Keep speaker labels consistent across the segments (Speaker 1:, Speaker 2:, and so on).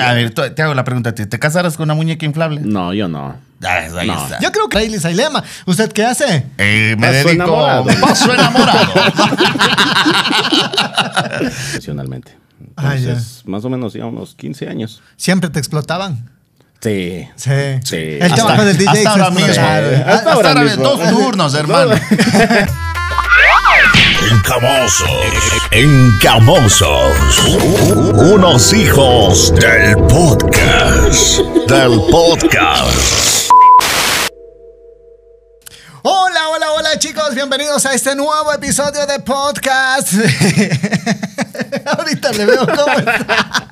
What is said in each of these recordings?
Speaker 1: A ver, tú- te hago la pregunta a ti. ¿Te casarás con una muñeca inflable?
Speaker 2: No, yo no.
Speaker 1: Ah, ahí
Speaker 2: No.
Speaker 1: está.
Speaker 3: Yo creo que Hailey Sailema. ¿Usted qué hace?
Speaker 1: Eh, me
Speaker 2: Paso
Speaker 1: dedico.
Speaker 2: enamorado.
Speaker 1: Paso enamorado.
Speaker 2: Profesionalmente.
Speaker 3: Ah, ya.
Speaker 2: Entonces, más o menos ya unos 15 años.
Speaker 3: Siempre te explotaban.
Speaker 2: Sí.
Speaker 3: Sí.
Speaker 2: Sí.
Speaker 3: El
Speaker 2: Hasta-
Speaker 3: trabajo del DJ
Speaker 1: hasta
Speaker 3: se
Speaker 1: ahora mismo.
Speaker 3: explotaba.
Speaker 2: Eh,
Speaker 1: Hasta
Speaker 2: ahora
Speaker 1: ahora
Speaker 2: mismo.
Speaker 1: dos turnos, hermano.
Speaker 4: Encamosos, encamosos, unos hijos del podcast, del podcast.
Speaker 3: Hola, hola, hola chicos, bienvenidos a este nuevo episodio de podcast. Ahorita le veo cómo está.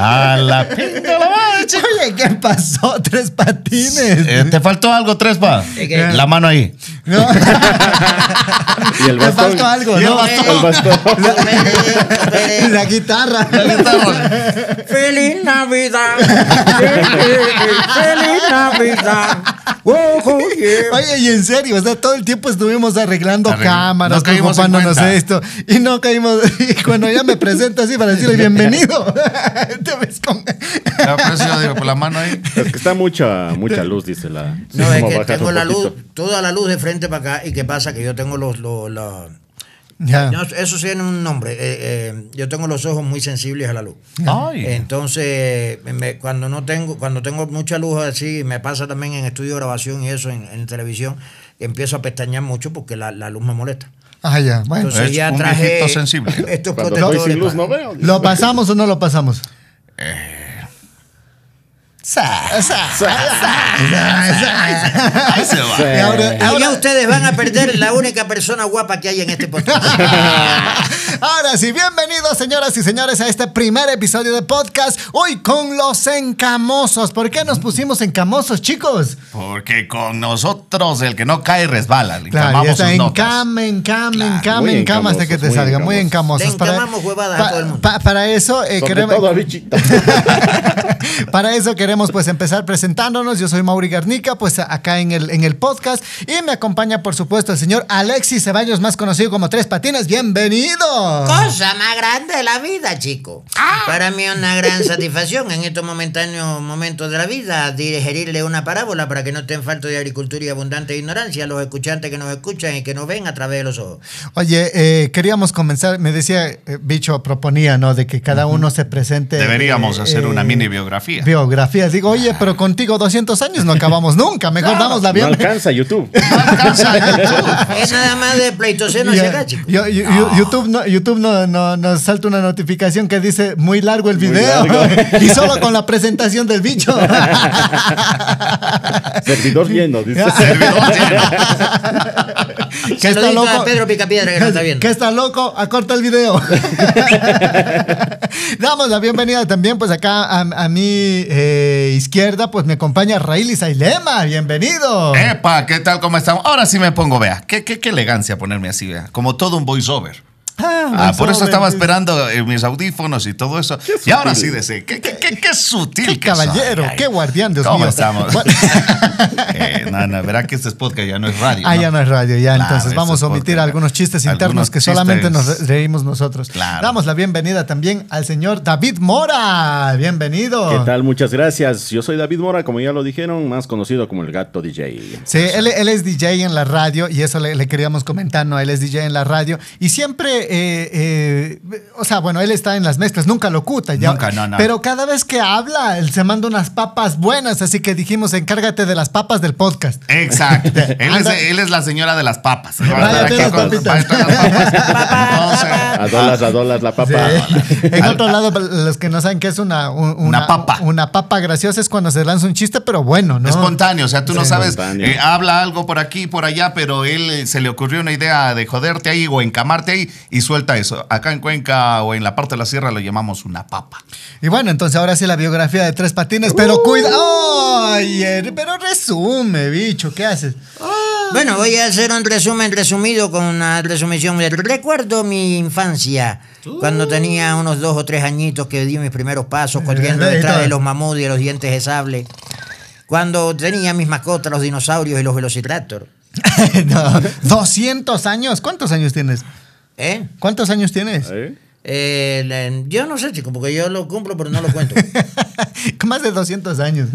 Speaker 1: A la pinga la madre, chico.
Speaker 3: Oye, ¿qué pasó? Tres patines.
Speaker 1: Eh, te faltó algo, Trespa. La mano ahí.
Speaker 3: ¿No?
Speaker 2: Y el
Speaker 3: Te
Speaker 2: bastón.
Speaker 3: faltó algo,
Speaker 1: Y el
Speaker 3: ¿no?
Speaker 1: bastón.
Speaker 2: El bastón.
Speaker 3: La, la guitarra.
Speaker 5: Feliz Navidad. Feliz Navidad. Oh, oh, yeah.
Speaker 3: Oye, y en serio, o sea, todo el tiempo estuvimos arreglando
Speaker 1: Arregl-
Speaker 3: cámaras,
Speaker 1: no caímos en
Speaker 3: preocupándonos
Speaker 1: cuenta.
Speaker 3: de esto, y no caímos. Y cuando ya me presento así para decirle bienvenido, te ves con.
Speaker 1: La presión, yo digo, por la mano ahí.
Speaker 2: Es que está mucha, mucha luz, dice la. sí,
Speaker 5: No, es
Speaker 2: como
Speaker 5: que
Speaker 2: bajas
Speaker 5: tengo
Speaker 2: un
Speaker 5: la luz,
Speaker 2: poquito.
Speaker 5: toda la luz de frente para acá. ¿Y qué pasa? Que yo tengo los. los- los-
Speaker 2: Ah.
Speaker 3: Ya.
Speaker 5: no, eso tiene un nombre. eh, eh, yo tengo los ojos muy sensibles a la luz.
Speaker 1: Ay.
Speaker 5: Entonces, me- cuando no tengo, cuando tengo mucha luz así, me pasa también en estudio de grabación y eso, en, en televisión, empiezo a pestañear mucho porque la, la luz me molesta.
Speaker 3: Ah, ya. Bueno.
Speaker 5: Entonces
Speaker 1: Es
Speaker 5: ya
Speaker 1: un
Speaker 5: traje
Speaker 1: viejito sensible.
Speaker 5: estos
Speaker 2: Cuando
Speaker 5: protectores.
Speaker 2: estoy sin luz
Speaker 5: pa-
Speaker 2: no veo. Eh,
Speaker 3: ¿Lo pasamos o no lo pasamos? Sa- sa-
Speaker 1: Ahí se va.
Speaker 3: Y
Speaker 2: Eh,
Speaker 3: ahora-
Speaker 5: Ahora
Speaker 3: ahora-
Speaker 5: ustedes van a perder la única persona guapa que hay en este podcast.
Speaker 3: Ahora sí, bienvenidos señoras y señores a este primer episodio de podcast, hoy con los encamosos. ¿Por qué nos pusimos encamosos, chicos?
Speaker 1: Porque con nosotros el que no cae resbala. Le
Speaker 3: Claro,
Speaker 1: llamamos
Speaker 3: ya está
Speaker 1: sus
Speaker 3: en
Speaker 1: notas.
Speaker 3: cama, en cama, en cama,
Speaker 2: muy
Speaker 3: en cama hasta
Speaker 2: encamosos,
Speaker 3: que te
Speaker 2: muy
Speaker 3: salga, muy
Speaker 2: encamosos.
Speaker 3: encamosos.
Speaker 5: Te encamamos huevadas a todo el mundo.
Speaker 3: para eso eh,
Speaker 2: Sobre
Speaker 3: queremos-
Speaker 2: todo a bichita.
Speaker 3: Para eso queremos pues empezar presentándonos. Yo soy Mauri Garnica, pues acá en el, en el podcast. Y me acompaña, por supuesto, el señor Alexis Ceballos, más conocido como Tres Patines. ¡Bienvenido!
Speaker 5: Cosa más grande de la vida, chico.
Speaker 3: Ah.
Speaker 5: Para mí es una gran satisfacción en estos momentáneos momentos de la vida digerirle una parábola para que no estén faltos de agricultura y abundante ignorancia a los escuchantes que nos escuchan y que nos ven a través de los ojos.
Speaker 3: Oye, eh, queríamos comenzar, me decía, eh, Bicho proponía, ¿no? De que cada uno se presente.
Speaker 1: Deberíamos
Speaker 3: eh,
Speaker 1: hacer
Speaker 3: eh,
Speaker 1: una mini biografía.
Speaker 3: Biografías. Digo, oye, pero contigo 200 años no acabamos nunca. Mejor damos la
Speaker 2: No
Speaker 3: bienvenida.
Speaker 2: alcanza YouTube.
Speaker 5: Es nada más de pleitoceno hacia acá, chico.
Speaker 3: Yo- yo- yo- YouTube, no, YouTube no, no- nos salta una notificación que dice muy largo el
Speaker 2: Muy
Speaker 3: video
Speaker 2: largo.
Speaker 3: y solo con la presentación del bicho.
Speaker 2: Servidor lleno, dice.
Speaker 3: Ah,
Speaker 1: Servidor lleno.
Speaker 3: que está
Speaker 5: Saludito
Speaker 3: loco.
Speaker 5: a Pedro Picapiedra que nos está viendo.
Speaker 3: Que está loco, acorta el video. Damos la bienvenida también, pues acá a, a mi eh, izquierda, pues me acompaña Raíl Sailema. Bienvenido.
Speaker 1: Epa, ¿qué tal? ¿Cómo estamos? Ahora sí me pongo, vea. Qué, qué, qué elegancia ponerme así, vea. Como todo un voiceover. Ah, por eso estaba esperando eh, mis audífonos y todo eso. Y ahora sí, desee. Qué, qué, qué, qué sutil.
Speaker 3: Qué
Speaker 1: que soy.
Speaker 3: caballero,
Speaker 1: Ay, ay.
Speaker 3: qué guardián, Dios
Speaker 1: ¿Cómo
Speaker 3: mío.
Speaker 1: estamos?
Speaker 3: Bueno.
Speaker 1: Eh, no, no, verá que este es podcast, ya no es radio.
Speaker 3: Ah, ya no es radio, ya.
Speaker 1: Claro,
Speaker 3: Entonces
Speaker 1: eso
Speaker 3: vamos
Speaker 1: es
Speaker 3: a omitir
Speaker 1: podcast.
Speaker 3: algunos chistes
Speaker 1: Algunos
Speaker 3: internos que solamente nos
Speaker 1: chistes.
Speaker 3: re- reímos nosotros.
Speaker 1: Claro.
Speaker 3: Damos la bienvenida también al señor David Mora. Bienvenido.
Speaker 2: ¿Qué tal? Muchas gracias. Yo soy David Mora, como ya lo dijeron, más conocido como el gato DJ.
Speaker 3: Sí, él, él es DJ en la radio y eso le, le queríamos comentar, ¿no? Él es DJ en la radio y siempre, eh, eh, o sea, bueno, él está en las mezclas, nunca locuta. Ya,
Speaker 1: Nunca, no, no.
Speaker 3: Pero cada vez que habla, él se manda unas papas buenas, así que dijimos, encárgate de las papas del podcast.
Speaker 1: Exacto. Él es,
Speaker 3: Anda.
Speaker 1: él es la señora de las papas. Va a
Speaker 2: Vaya,
Speaker 1: estar aquí
Speaker 2: tiene
Speaker 1: con-
Speaker 3: papitas.
Speaker 1: va a estar las papas.
Speaker 3: Ah,
Speaker 1: Entonces,
Speaker 2: A dólares, a dólares, la papa.
Speaker 3: En otro lado, para los que no saben qué es una, un-
Speaker 1: Una papa.
Speaker 3: Una papa graciosa es cuando se lanza un chiste, pero bueno, ¿no?
Speaker 1: Espontáneo, o sea, tú no
Speaker 3: Sí.
Speaker 1: sabes,
Speaker 2: Espontáneo.
Speaker 1: eh, habla algo por aquí, por allá, pero él eh, se le ocurrió una idea de joderte ahí o encamarte ahí y suelta eso. Acá en Cuenca o en la parte de la sierra lo llamamos una papa.
Speaker 3: Y bueno, entonces ahora sí la biografía de Tres Patines, pero cuida. Oye, pero resume, bicho, ¿qué haces?
Speaker 5: Bueno, voy a hacer un resumen resumido con una resumición. Recuerdo mi infancia, cuando tenía unos dos o tres añitos que di mis primeros pasos corriendo
Speaker 3: Uh. Eh, Ahí
Speaker 5: detrás
Speaker 3: está.
Speaker 5: de los mamuts y de los dientes de sable. Cuando tenía mis mascotas, los dinosaurios y los velociraptor.
Speaker 3: No, 200 años. ¿Cuántos años tienes?
Speaker 5: ¿Eh?
Speaker 3: ¿Cuántos años tienes?
Speaker 2: ¿Eh?
Speaker 5: eh, la- yo no sé, chico, porque yo lo cumplo, pero no lo cuento.
Speaker 3: Con Más de 200 años.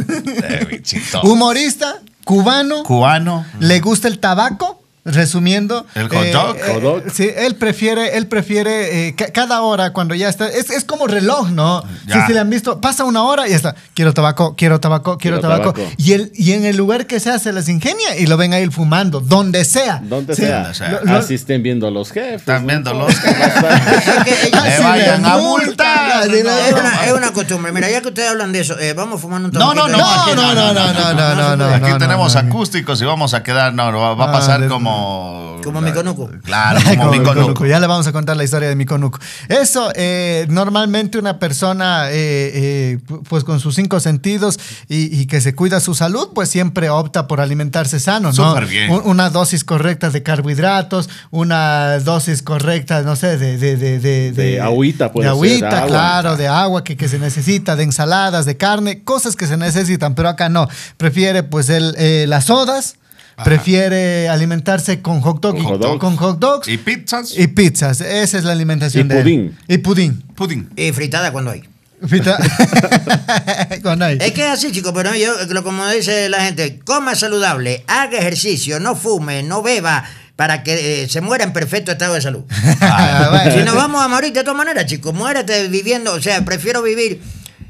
Speaker 1: Eh, bichito.
Speaker 3: Humorista, cubano,
Speaker 1: Cubano.
Speaker 3: le gusta el tabaco. Resumiendo, eh,
Speaker 1: El hot dog.
Speaker 2: Hot dog.
Speaker 3: sí, él prefiere, él prefiere eh, ca- cada hora cuando ya está, es, es como reloj, ¿no? Si
Speaker 1: Ya.
Speaker 3: se le han visto, pasa una hora y ya está, quiero tabaco, quiero tabaco, quiero,
Speaker 2: Quiero
Speaker 3: tabaco.
Speaker 2: tabaco.
Speaker 3: Y, el, y en el lugar que sea se les ingenia y lo ven ahí fumando, donde sea.
Speaker 2: Donde
Speaker 3: Sí.
Speaker 2: sea.
Speaker 1: donde sea.
Speaker 3: Lo- lo-
Speaker 2: Así estén viendo a los jefes.
Speaker 1: Están
Speaker 3: Pues
Speaker 2: ¿no?
Speaker 1: viendo los que
Speaker 5: Es que ellos-
Speaker 1: me
Speaker 3: si
Speaker 1: vayan
Speaker 3: me
Speaker 1: a
Speaker 3: multan,
Speaker 1: multar.
Speaker 3: así no.
Speaker 5: es, una, es una costumbre. Mira, ya que ustedes hablan de eso, eh, vamos a fumar un
Speaker 1: No, no,
Speaker 5: tabaquito.
Speaker 1: no, aquí no, no, no,
Speaker 3: no, no, no, no.
Speaker 1: Aquí tenemos
Speaker 3: no, no.
Speaker 1: acústicos y vamos a quedar. No, no, va, va a
Speaker 3: Ah,
Speaker 1: pasar
Speaker 3: de-
Speaker 1: como.
Speaker 5: Como Miconuco.
Speaker 1: Claro, como
Speaker 3: Como el
Speaker 1: Miconuco.
Speaker 3: Conuco. Ya le vamos a contar la historia de mi conuco. Eso, eh, normalmente una persona, eh, eh, pu- pues con sus cinco sentidos y, y que se cuida su salud, pues siempre opta por alimentarse sano, ¿no?
Speaker 1: Súper bien.
Speaker 3: Un- Una dosis correcta de carbohidratos, una dosis correcta, no sé, de... De, de, de,
Speaker 2: De agüita, puede
Speaker 3: De
Speaker 2: ser,
Speaker 3: agüita,
Speaker 2: agua.
Speaker 3: claro, de agua que, que se necesita, de ensaladas, de carne, cosas que se necesitan, pero acá no. Prefiere, pues, el, eh, las sodas. Prefiere alimentarse con hot dog y-
Speaker 2: Con hot dog.
Speaker 3: con hot dogs
Speaker 1: Y pizzas.
Speaker 3: y pizzas, esa es la alimentación
Speaker 2: Y
Speaker 3: de él.
Speaker 2: pudín.
Speaker 3: Y pudín.
Speaker 1: Pudding.
Speaker 5: Y fritada cuando hay.
Speaker 3: Fita- Con ahí.
Speaker 5: Es que es así, chicos, pero yo, lo- como dice la gente, coma saludable, haga ejercicio, no fume, no beba, para que eh, se muera en perfecto estado de salud.
Speaker 3: Ah, bueno.
Speaker 5: Si nos vamos a morir de todas maneras, chicos, muérete viviendo, o sea, prefiero vivir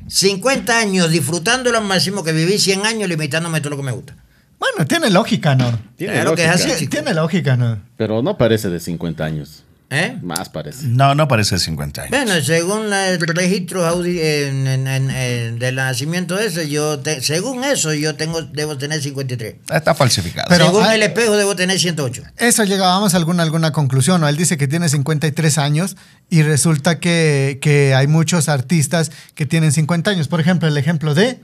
Speaker 5: 50 años disfrutándolo al máximo que vivir 100 años limitándome a todo lo que me gusta.
Speaker 3: Bueno, tiene lógica, ¿no?
Speaker 2: Tiene
Speaker 5: Claro que es
Speaker 2: lógica.
Speaker 5: así, chicos.
Speaker 3: Tiene lógica, ¿no?
Speaker 2: Pero no parece de 50 años.
Speaker 5: ¿Eh?
Speaker 2: Más parece.
Speaker 1: No, no parece 50 años.
Speaker 5: Bueno, según el registro audi- en- en- en- en- del nacimiento ese, yo te- según eso, yo tengo debo tener 53.
Speaker 1: Está falsificado.
Speaker 3: Pero-
Speaker 5: según
Speaker 3: hay-
Speaker 5: el espejo, debo tener 108.
Speaker 3: Eso llegábamos a alguna, alguna conclusión, ¿no? Él dice que tiene 53 años y resulta que, que hay muchos artistas que tienen 50 años. Por ejemplo, el ejemplo de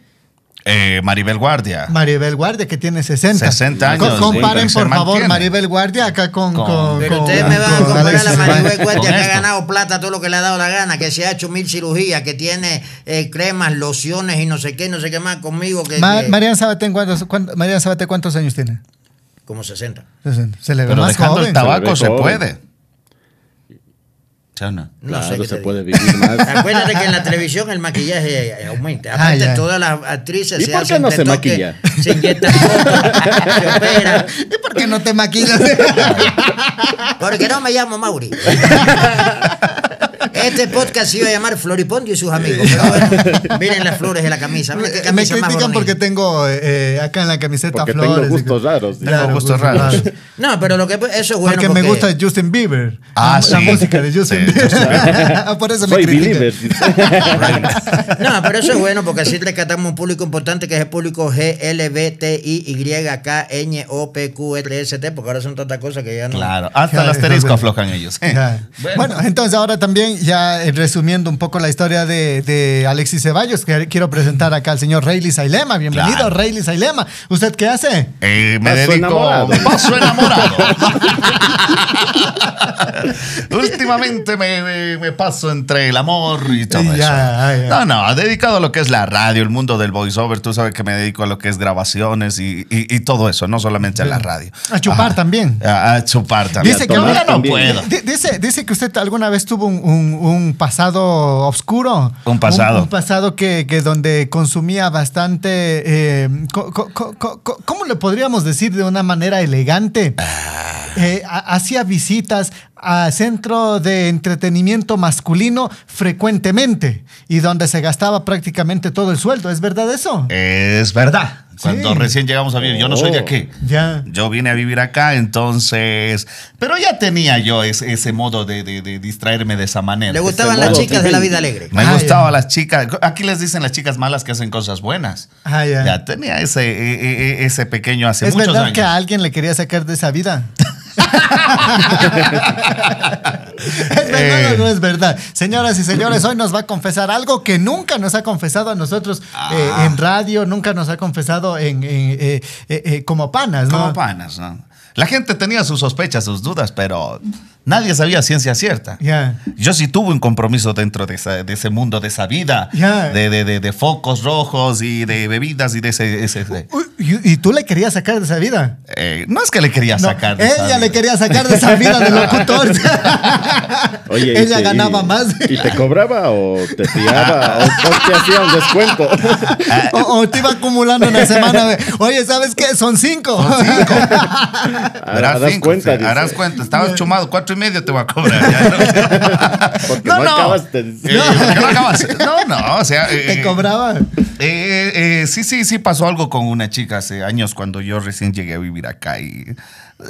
Speaker 1: Eh, Maribel Guardia.
Speaker 3: Maribel Guardia, que tiene 60.
Speaker 1: 60 años,
Speaker 3: Co- comparen,
Speaker 1: sí, se
Speaker 3: por favor,
Speaker 1: mantiene.
Speaker 3: Maribel Guardia acá con...
Speaker 1: Con-
Speaker 3: con-
Speaker 5: Pero
Speaker 3: con-
Speaker 5: ustedes me van a
Speaker 3: con
Speaker 5: comparar a
Speaker 3: Alex
Speaker 5: la
Speaker 3: España.
Speaker 5: Maribel Guardia
Speaker 1: Con
Speaker 5: que ha
Speaker 1: esto.
Speaker 5: ganado plata todo lo que le ha dado la gana, que se ha hecho mil cirugías, que tiene eh, cremas, lociones y no sé qué, no sé qué más conmigo. que,
Speaker 3: Ma-
Speaker 5: que-
Speaker 3: Marian Sabaté, ¿cuántos, cuánto- Marian Sabaté, ¿cuántos años tiene?
Speaker 5: Como 60.
Speaker 3: Se le ve
Speaker 1: Pero
Speaker 3: más
Speaker 1: dejando
Speaker 3: joven.
Speaker 1: el
Speaker 2: Se
Speaker 1: tabaco
Speaker 2: ve
Speaker 1: se
Speaker 2: joven.
Speaker 1: puede. ¿Sí o no?
Speaker 5: No sé
Speaker 2: claro,
Speaker 5: qué
Speaker 2: se
Speaker 5: te
Speaker 2: puede
Speaker 5: digo.
Speaker 2: vivir más.
Speaker 5: Acuérdate que en la televisión el maquillaje eh, aumenta.
Speaker 3: Ah,
Speaker 5: Aparte,
Speaker 3: ya.
Speaker 5: todas las actrices
Speaker 2: ¿Y
Speaker 5: se
Speaker 2: por qué
Speaker 5: hacen
Speaker 2: no se
Speaker 5: retoque,
Speaker 2: maquilla?
Speaker 5: Se inyectan cosas, se operan.
Speaker 3: ¿Y por qué no te maquillas?
Speaker 5: Porque no me llamo Mauri. Este podcast se iba a llamar Floripondio y sus amigos. Pero bueno, miren las flores de la camisa. miren qué
Speaker 3: Me
Speaker 5: camisa más
Speaker 3: critican
Speaker 5: bonita.
Speaker 3: porque tengo eh, acá en la camiseta
Speaker 2: Porque tengo
Speaker 3: flores.
Speaker 2: gustos raros. dice.
Speaker 1: Tengo gustos raros.
Speaker 5: No, pero lo que eso es bueno.
Speaker 3: Porque me gusta Justin Bieber.
Speaker 1: Ah,
Speaker 3: la, la
Speaker 1: sí.
Speaker 3: música de Justin
Speaker 1: Sí,
Speaker 3: Bieber. Ah, Por eso me
Speaker 2: Soy
Speaker 3: critican.
Speaker 2: believer. dice.
Speaker 5: No, pero eso es bueno porque así rescatamos un público importante que es el público E, GLBTIYKNOPQRST, porque ahora son tantas cosas que ya no.
Speaker 1: Claro. Hasta el
Speaker 3: Ya,
Speaker 1: asterisco
Speaker 3: ya.
Speaker 1: aflojan ellos.
Speaker 3: Ya. Eh, Bueno. entonces ahora también, ya eh, resumiendo un poco la historia de, de Alexis Ceballos, que quiero presentar acá al señor Rayleigh Sailema. Bienvenido,
Speaker 1: Claro.
Speaker 3: Rayleigh Sailema. ¿Usted qué hace?
Speaker 1: Eh, me
Speaker 2: Paso
Speaker 1: dedico
Speaker 2: enamorado.
Speaker 1: paso enamorado. Últimamente me, me- me paso entre el amor y todo
Speaker 3: Ya,
Speaker 1: eso. No,
Speaker 3: ya.
Speaker 1: no, dedicado a lo que es la radio, el mundo del voiceover. Tú sabes que me dedico a lo que es grabaciones y, y- y todo eso, no solamente a la radio.
Speaker 3: A
Speaker 1: Ah.
Speaker 3: chupar también.
Speaker 1: A, a chupar también.
Speaker 3: Dice
Speaker 2: que
Speaker 1: Todavía
Speaker 2: ahora
Speaker 1: no
Speaker 2: también.
Speaker 1: puedo.
Speaker 3: Di- Dice, dice que usted alguna vez tuvo un, un- un pasado oscuro.
Speaker 1: Un pasado.
Speaker 3: Un, un pasado que, que donde consumía bastante... eh, co- co- co- co- co- ¿Cómo le podríamos decir de una manera elegante?
Speaker 1: Ah.
Speaker 3: Eh, ha- hacía visitas a centro de entretenimiento masculino frecuentemente y donde se gastaba prácticamente todo el sueldo. ¿Es verdad eso?
Speaker 1: Eh. Es verdad. Cuando
Speaker 3: Sí.
Speaker 1: recién llegamos a vivir, yo no soy de aquí.
Speaker 3: Ya.
Speaker 1: Yo vine a vivir acá, entonces. Pero ya tenía yo ese, ese modo de, de- de distraerme de esa manera.
Speaker 5: Le gustaban
Speaker 2: Ese
Speaker 5: las
Speaker 2: modo
Speaker 5: chicas de la vida alegre.
Speaker 1: Me
Speaker 3: Ah,
Speaker 1: gustaban
Speaker 3: ya.
Speaker 1: las chicas. Aquí les dicen las chicas malas que hacen cosas buenas.
Speaker 3: Ah, ya.
Speaker 1: Ya tenía ese, e- e- e- ese pequeño hace
Speaker 3: ¿Es
Speaker 1: muchos
Speaker 3: verdad
Speaker 1: años.
Speaker 3: que a alguien le quería sacar de esa vida? es
Speaker 1: Eh.
Speaker 3: verdad o no es verdad. Señoras y señores, hoy nos va a confesar algo que nunca nos ha confesado a nosotros eh, en radio, nunca nos ha confesado en, en, eh, eh, eh, como panas, ¿no?
Speaker 1: Como panas, ¿no? La gente tenía sus sospechas, sus dudas, pero Nadie sabía ciencia cierta.
Speaker 3: Ya.
Speaker 1: Yo sí tuve un compromiso dentro de, esa- de ese mundo, de esa vida,
Speaker 3: Ya.
Speaker 1: de, de- de- de focos rojos y de bebidas y de ese... ese- ese.
Speaker 3: Uy, y, y tú le querías sacar de esa vida.
Speaker 1: Eh, no es que le quería
Speaker 3: No,
Speaker 1: sacar... de
Speaker 3: ella
Speaker 1: esa
Speaker 3: le
Speaker 1: vida.
Speaker 3: quería sacar de esa vida de locutor.
Speaker 2: Oye, este, y
Speaker 3: ella
Speaker 2: te- y-
Speaker 3: ganaba más.
Speaker 2: ¿Y te cobraba o te fiaba o, o te hacía un descuento?
Speaker 3: O, o te iba acumulando una semana. de, Oye, ¿sabes qué? Son cinco.
Speaker 1: Harás
Speaker 2: das
Speaker 1: cinco,
Speaker 2: cuenta,
Speaker 1: sí,
Speaker 2: dice.
Speaker 1: harás cuenta. Estabas chumado, cuatro y medio te va a cobrar. ya, ¿no?
Speaker 2: Porque no acabaste.
Speaker 1: Eh, porque no acabaste. No, no, o sea. eh,
Speaker 3: te cobraba.
Speaker 1: eh, eh, eh, sí, sí, sí pasó algo con una chica hace años cuando yo recién llegué a vivir acá y eh,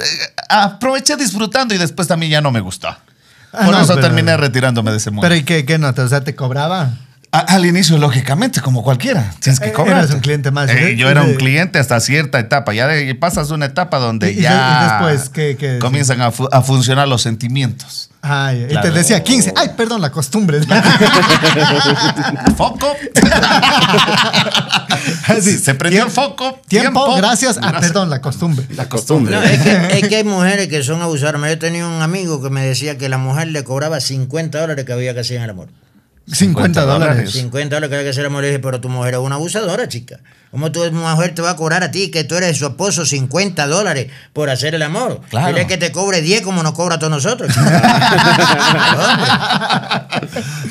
Speaker 1: aproveché disfrutando y después también ya no me gustó.
Speaker 3: Ah,
Speaker 1: Por
Speaker 3: no,
Speaker 1: eso
Speaker 3: pero-
Speaker 1: terminé retirándome de ese mundo.
Speaker 3: Pero ¿y qué, qué nota? O sea, te cobraba.
Speaker 1: A- al inicio, lógicamente, como cualquiera, tienes que
Speaker 3: Eh,
Speaker 1: cobrar.
Speaker 3: eras un cliente más, ¿eh?
Speaker 1: yo era
Speaker 3: De-
Speaker 1: un cliente hasta cierta etapa. Ya de- pasas una etapa donde
Speaker 3: Y- y de-
Speaker 1: ya
Speaker 3: y después, ¿qué- qué?
Speaker 1: comienzan a, fu- a funcionar los sentimientos.
Speaker 3: Ay, y
Speaker 1: Claro.
Speaker 3: te decía 15. Ay, perdón, la costumbre.
Speaker 1: Foco.
Speaker 3: Así,
Speaker 1: Se prendió el
Speaker 3: tiemp-
Speaker 1: foco.
Speaker 3: Tiempo, gracias. Ah, perdón, la costumbre.
Speaker 1: La costumbre.
Speaker 5: No, es, que, es que hay mujeres que son abusadoras. Mira, Yo tenía un amigo que me decía que la mujer le cobraba 50 dólares que había que hacer en el amor.
Speaker 3: 50 dólares.
Speaker 1: dólares.
Speaker 5: 50 dólares que había que hacer el amor. Le dije, pero tu mujer es una abusadora, chica. ¿Cómo tu mujer te va a cobrar a ti que tú eres su esposo 50 dólares por hacer el amor?
Speaker 1: Claro.
Speaker 5: Dile que te cobre 10 como nos cobra a todos nosotros. Hombre.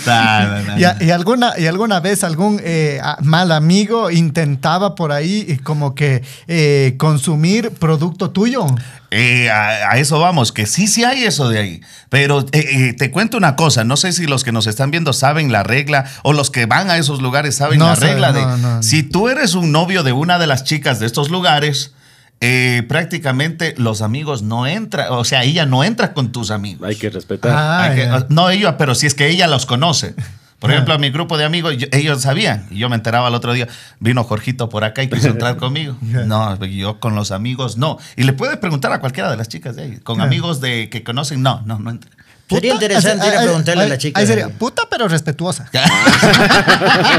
Speaker 1: No, no, no.
Speaker 3: Y, a- y alguna, y alguna vez algún eh, a- mal amigo intentaba por ahí eh, como que eh, consumir producto tuyo.
Speaker 1: Eh, a, a eso vamos, que sí, sí hay eso de ahí. Pero eh, eh, te cuento una cosa, no sé si los que nos están viendo saben la regla o los que van a esos lugares saben
Speaker 3: No
Speaker 1: la
Speaker 3: saben,
Speaker 1: regla de
Speaker 3: no, no, no.
Speaker 1: si tú eres un novio de una de las chicas de estos lugares. eh, prácticamente los amigos no entran, o sea, ella no entra con tus amigos.
Speaker 2: Hay que respetar.
Speaker 3: Ah,
Speaker 1: Hay que-
Speaker 3: ya.
Speaker 1: no, ellos, pero si es que ella los conoce. Por ejemplo, a mi grupo de amigos, yo- ellos sabían, y yo me enteraba el otro día, vino Jorgito por acá y quiso entrar conmigo. No, yo con los amigos no. Y le puedes preguntar a cualquiera de las chicas de ahí, con amigos de que conocen, no, no, no entra.
Speaker 5: Sería
Speaker 3: Puta,
Speaker 5: interesante
Speaker 3: ay,
Speaker 5: ir a
Speaker 3: ay,
Speaker 5: preguntarle
Speaker 3: ay,
Speaker 5: a la chica.
Speaker 3: ay, sería, puta pero respetuosa.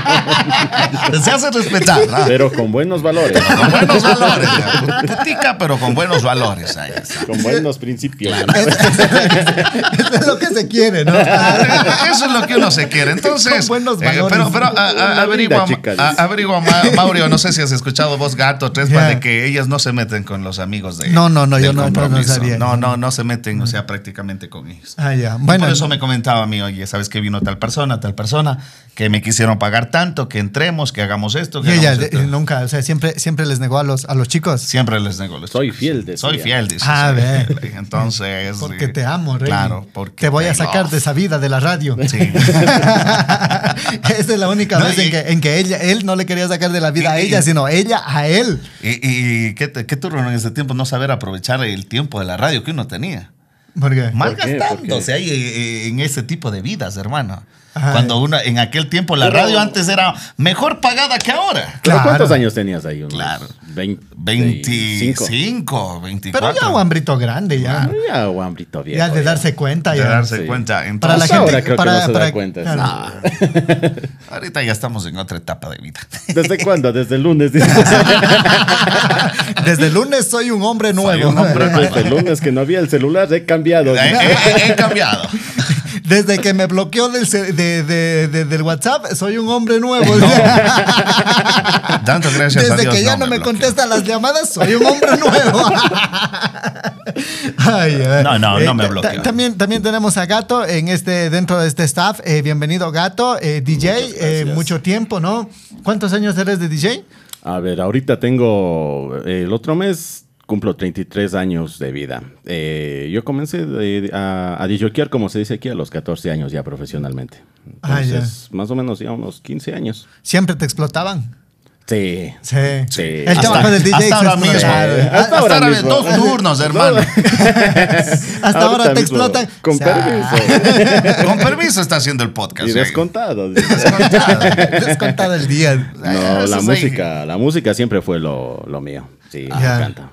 Speaker 1: Se hace respetar, ¿no?
Speaker 2: Pero con buenos valores,
Speaker 1: Con buenos valores. ¿no? Putica, pero con buenos valores. ahí está.
Speaker 2: con buenos principios.
Speaker 3: Eso es lo que se quiere, ¿no?
Speaker 1: Ah, Eso es lo que uno se quiere. Entonces,
Speaker 3: Son buenos
Speaker 1: eh,
Speaker 3: valores.
Speaker 1: pero, pero a- a-
Speaker 2: Una
Speaker 1: averigua,
Speaker 2: linda chica,
Speaker 1: a-
Speaker 2: dice.
Speaker 1: averigua, Ma- Mauro, no sé si has escuchado vos, Gato, tres
Speaker 3: Ya.
Speaker 1: de que ellas no se meten con los amigos de
Speaker 3: No, no, no,
Speaker 1: del
Speaker 3: yo no- no, no
Speaker 1: compromiso.
Speaker 3: sabía.
Speaker 1: No, no, no se meten, o sea, prácticamente con ellos.
Speaker 3: Ah, ya.
Speaker 1: Y
Speaker 3: Bueno.
Speaker 1: por eso me comentaba a mí, oye, ¿sabes que vino tal persona, tal persona, que me quisieron pagar tanto, que entremos, que hagamos esto, que
Speaker 3: Y ella
Speaker 1: hagamos
Speaker 3: eh,
Speaker 1: esto?
Speaker 3: nunca, o sea, siempre, siempre les negó a los, a los chicos.
Speaker 1: Siempre les nego. les-
Speaker 2: Soy fiel, decía.
Speaker 1: Soy fiel, dice.
Speaker 3: Ah,
Speaker 1: soy
Speaker 3: ve.
Speaker 1: fiel. Entonces.
Speaker 3: Porque
Speaker 1: eh,
Speaker 3: te amo, Rey.
Speaker 1: Claro, porque.
Speaker 3: te voy a
Speaker 1: te
Speaker 3: sacar
Speaker 1: love.
Speaker 3: de esa vida de la radio.
Speaker 1: Sí.
Speaker 3: Esa es la única
Speaker 1: No,
Speaker 3: vez
Speaker 1: y-
Speaker 3: en que, en que ella, él no le quería sacar de la vida a
Speaker 1: y-
Speaker 3: ella,
Speaker 1: y-
Speaker 3: sino ella a él.
Speaker 1: ¿Y, y qué, te- qué turno en ese tiempo no saber aprovechar el tiempo de la radio que uno tenía?
Speaker 3: Porque
Speaker 1: Mal
Speaker 2: ¿Por qué?
Speaker 1: gastándose ahí eh, eh, en ese tipo de vidas, hermano.
Speaker 3: Ajá.
Speaker 1: Cuando uno, en aquel tiempo la
Speaker 2: Pero-
Speaker 1: radio antes era mejor pagada que ahora.
Speaker 2: ¿Pero ¿Cuántos
Speaker 3: Claro.
Speaker 2: años tenías ahí? Unos
Speaker 1: Claro.
Speaker 2: 20,
Speaker 1: 25, 24.
Speaker 3: Pero ya un hambrito grande, ya.
Speaker 2: Ah, Ya, guambrito viejo.
Speaker 3: Ya de darse cuenta,
Speaker 1: De
Speaker 3: ya.
Speaker 1: darse
Speaker 2: Sí.
Speaker 1: cuenta. Entonces,
Speaker 3: Para la
Speaker 2: Pues ahora
Speaker 3: gente-
Speaker 2: creo
Speaker 3: para-
Speaker 2: que no se
Speaker 3: para-
Speaker 2: da cuenta.
Speaker 3: claro.
Speaker 2: No.
Speaker 1: ahorita ya estamos en otra etapa de vida.
Speaker 2: ¿Desde cuándo? Desde el lunes. dice.
Speaker 3: Desde el lunes soy un hombre nuevo.
Speaker 1: Soy un hombre nuevo.
Speaker 2: Desde el lunes que no había el celular, he cambiado.
Speaker 1: he, he- he cambiado.
Speaker 3: Desde que me bloqueó del, ce- de- de- de- del WhatsApp, soy un hombre nuevo.
Speaker 1: Tanto gracias a
Speaker 3: Desde
Speaker 1: Dios,
Speaker 3: que ya no me,
Speaker 1: bloqueó.
Speaker 3: contestan las llamadas, soy un hombre nuevo. Ay, ay.
Speaker 1: No, no, no me
Speaker 3: ta-
Speaker 1: bloqueó.
Speaker 3: ta- También, también tenemos a Gato en este, dentro de este staff. Eh, bienvenido, Gato. Eh, DJ, eh, mucho tiempo, ¿no? ¿Cuántos años eres de DJ?
Speaker 2: A ver, ahorita tengo. eh, El otro mes cumplo 33 años de vida. Eh, yo comencé de- a, a disjoquear, como se dice aquí, a los 14 años ya profesionalmente.
Speaker 3: Ah, ya.
Speaker 2: Entonces, más o menos ya unos 15 años.
Speaker 3: ¿Siempre te explotaban?
Speaker 2: Sí.
Speaker 3: Sí.
Speaker 2: Sí.
Speaker 3: El
Speaker 2: Hasta-
Speaker 3: trabajo del DJ
Speaker 1: hasta
Speaker 3: se
Speaker 1: ahora
Speaker 3: explota.
Speaker 1: mismo.
Speaker 3: Claro.
Speaker 2: Hasta
Speaker 1: Hasta
Speaker 2: ahora
Speaker 1: ahora
Speaker 2: mismo.
Speaker 1: dos turnos, hermano.
Speaker 3: Hasta ahora
Speaker 2: mismo,
Speaker 3: te explotan.
Speaker 2: Con
Speaker 3: O sea,
Speaker 2: permiso.
Speaker 1: Con permiso está haciendo el podcast.
Speaker 2: y
Speaker 1: ¿eh?
Speaker 2: descontado.
Speaker 3: Descontado el día.
Speaker 2: No,
Speaker 1: Eso
Speaker 2: la
Speaker 1: sí.
Speaker 2: música, la música siempre fue lo, lo mío. Sí, me
Speaker 3: Ya.
Speaker 2: encanta.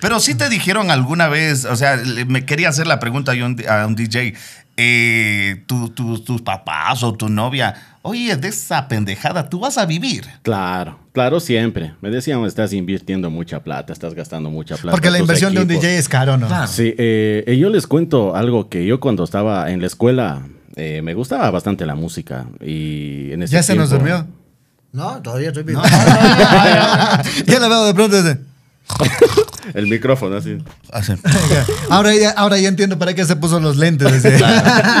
Speaker 1: Pero sí te dijeron alguna vez, o sea, le- me quería hacer la pregunta yo a un di- a un DJ, eh, tu- tu- tus papás o tu novia, oye, de esa pendejada tú vas a vivir.
Speaker 2: Claro, claro, siempre. Me decían, estás invirtiendo mucha plata, estás gastando mucha plata.
Speaker 3: Porque
Speaker 2: en
Speaker 3: la
Speaker 2: tus
Speaker 3: inversión de un
Speaker 2: equipos".
Speaker 3: DJ es caro, ¿no?
Speaker 1: Claro.
Speaker 2: Sí, eh, eh, yo les cuento algo que yo cuando estaba en la escuela eh, me gustaba bastante la música y en ese
Speaker 3: Ya se nos
Speaker 2: tiempo-
Speaker 3: durmió.
Speaker 5: No, todavía estoy vivo.
Speaker 3: ya la veo de pronto. desde-
Speaker 2: El micrófono así.
Speaker 1: Así.
Speaker 3: Ahora ya, ahora ya entiendo para qué se puso los lentes. desde-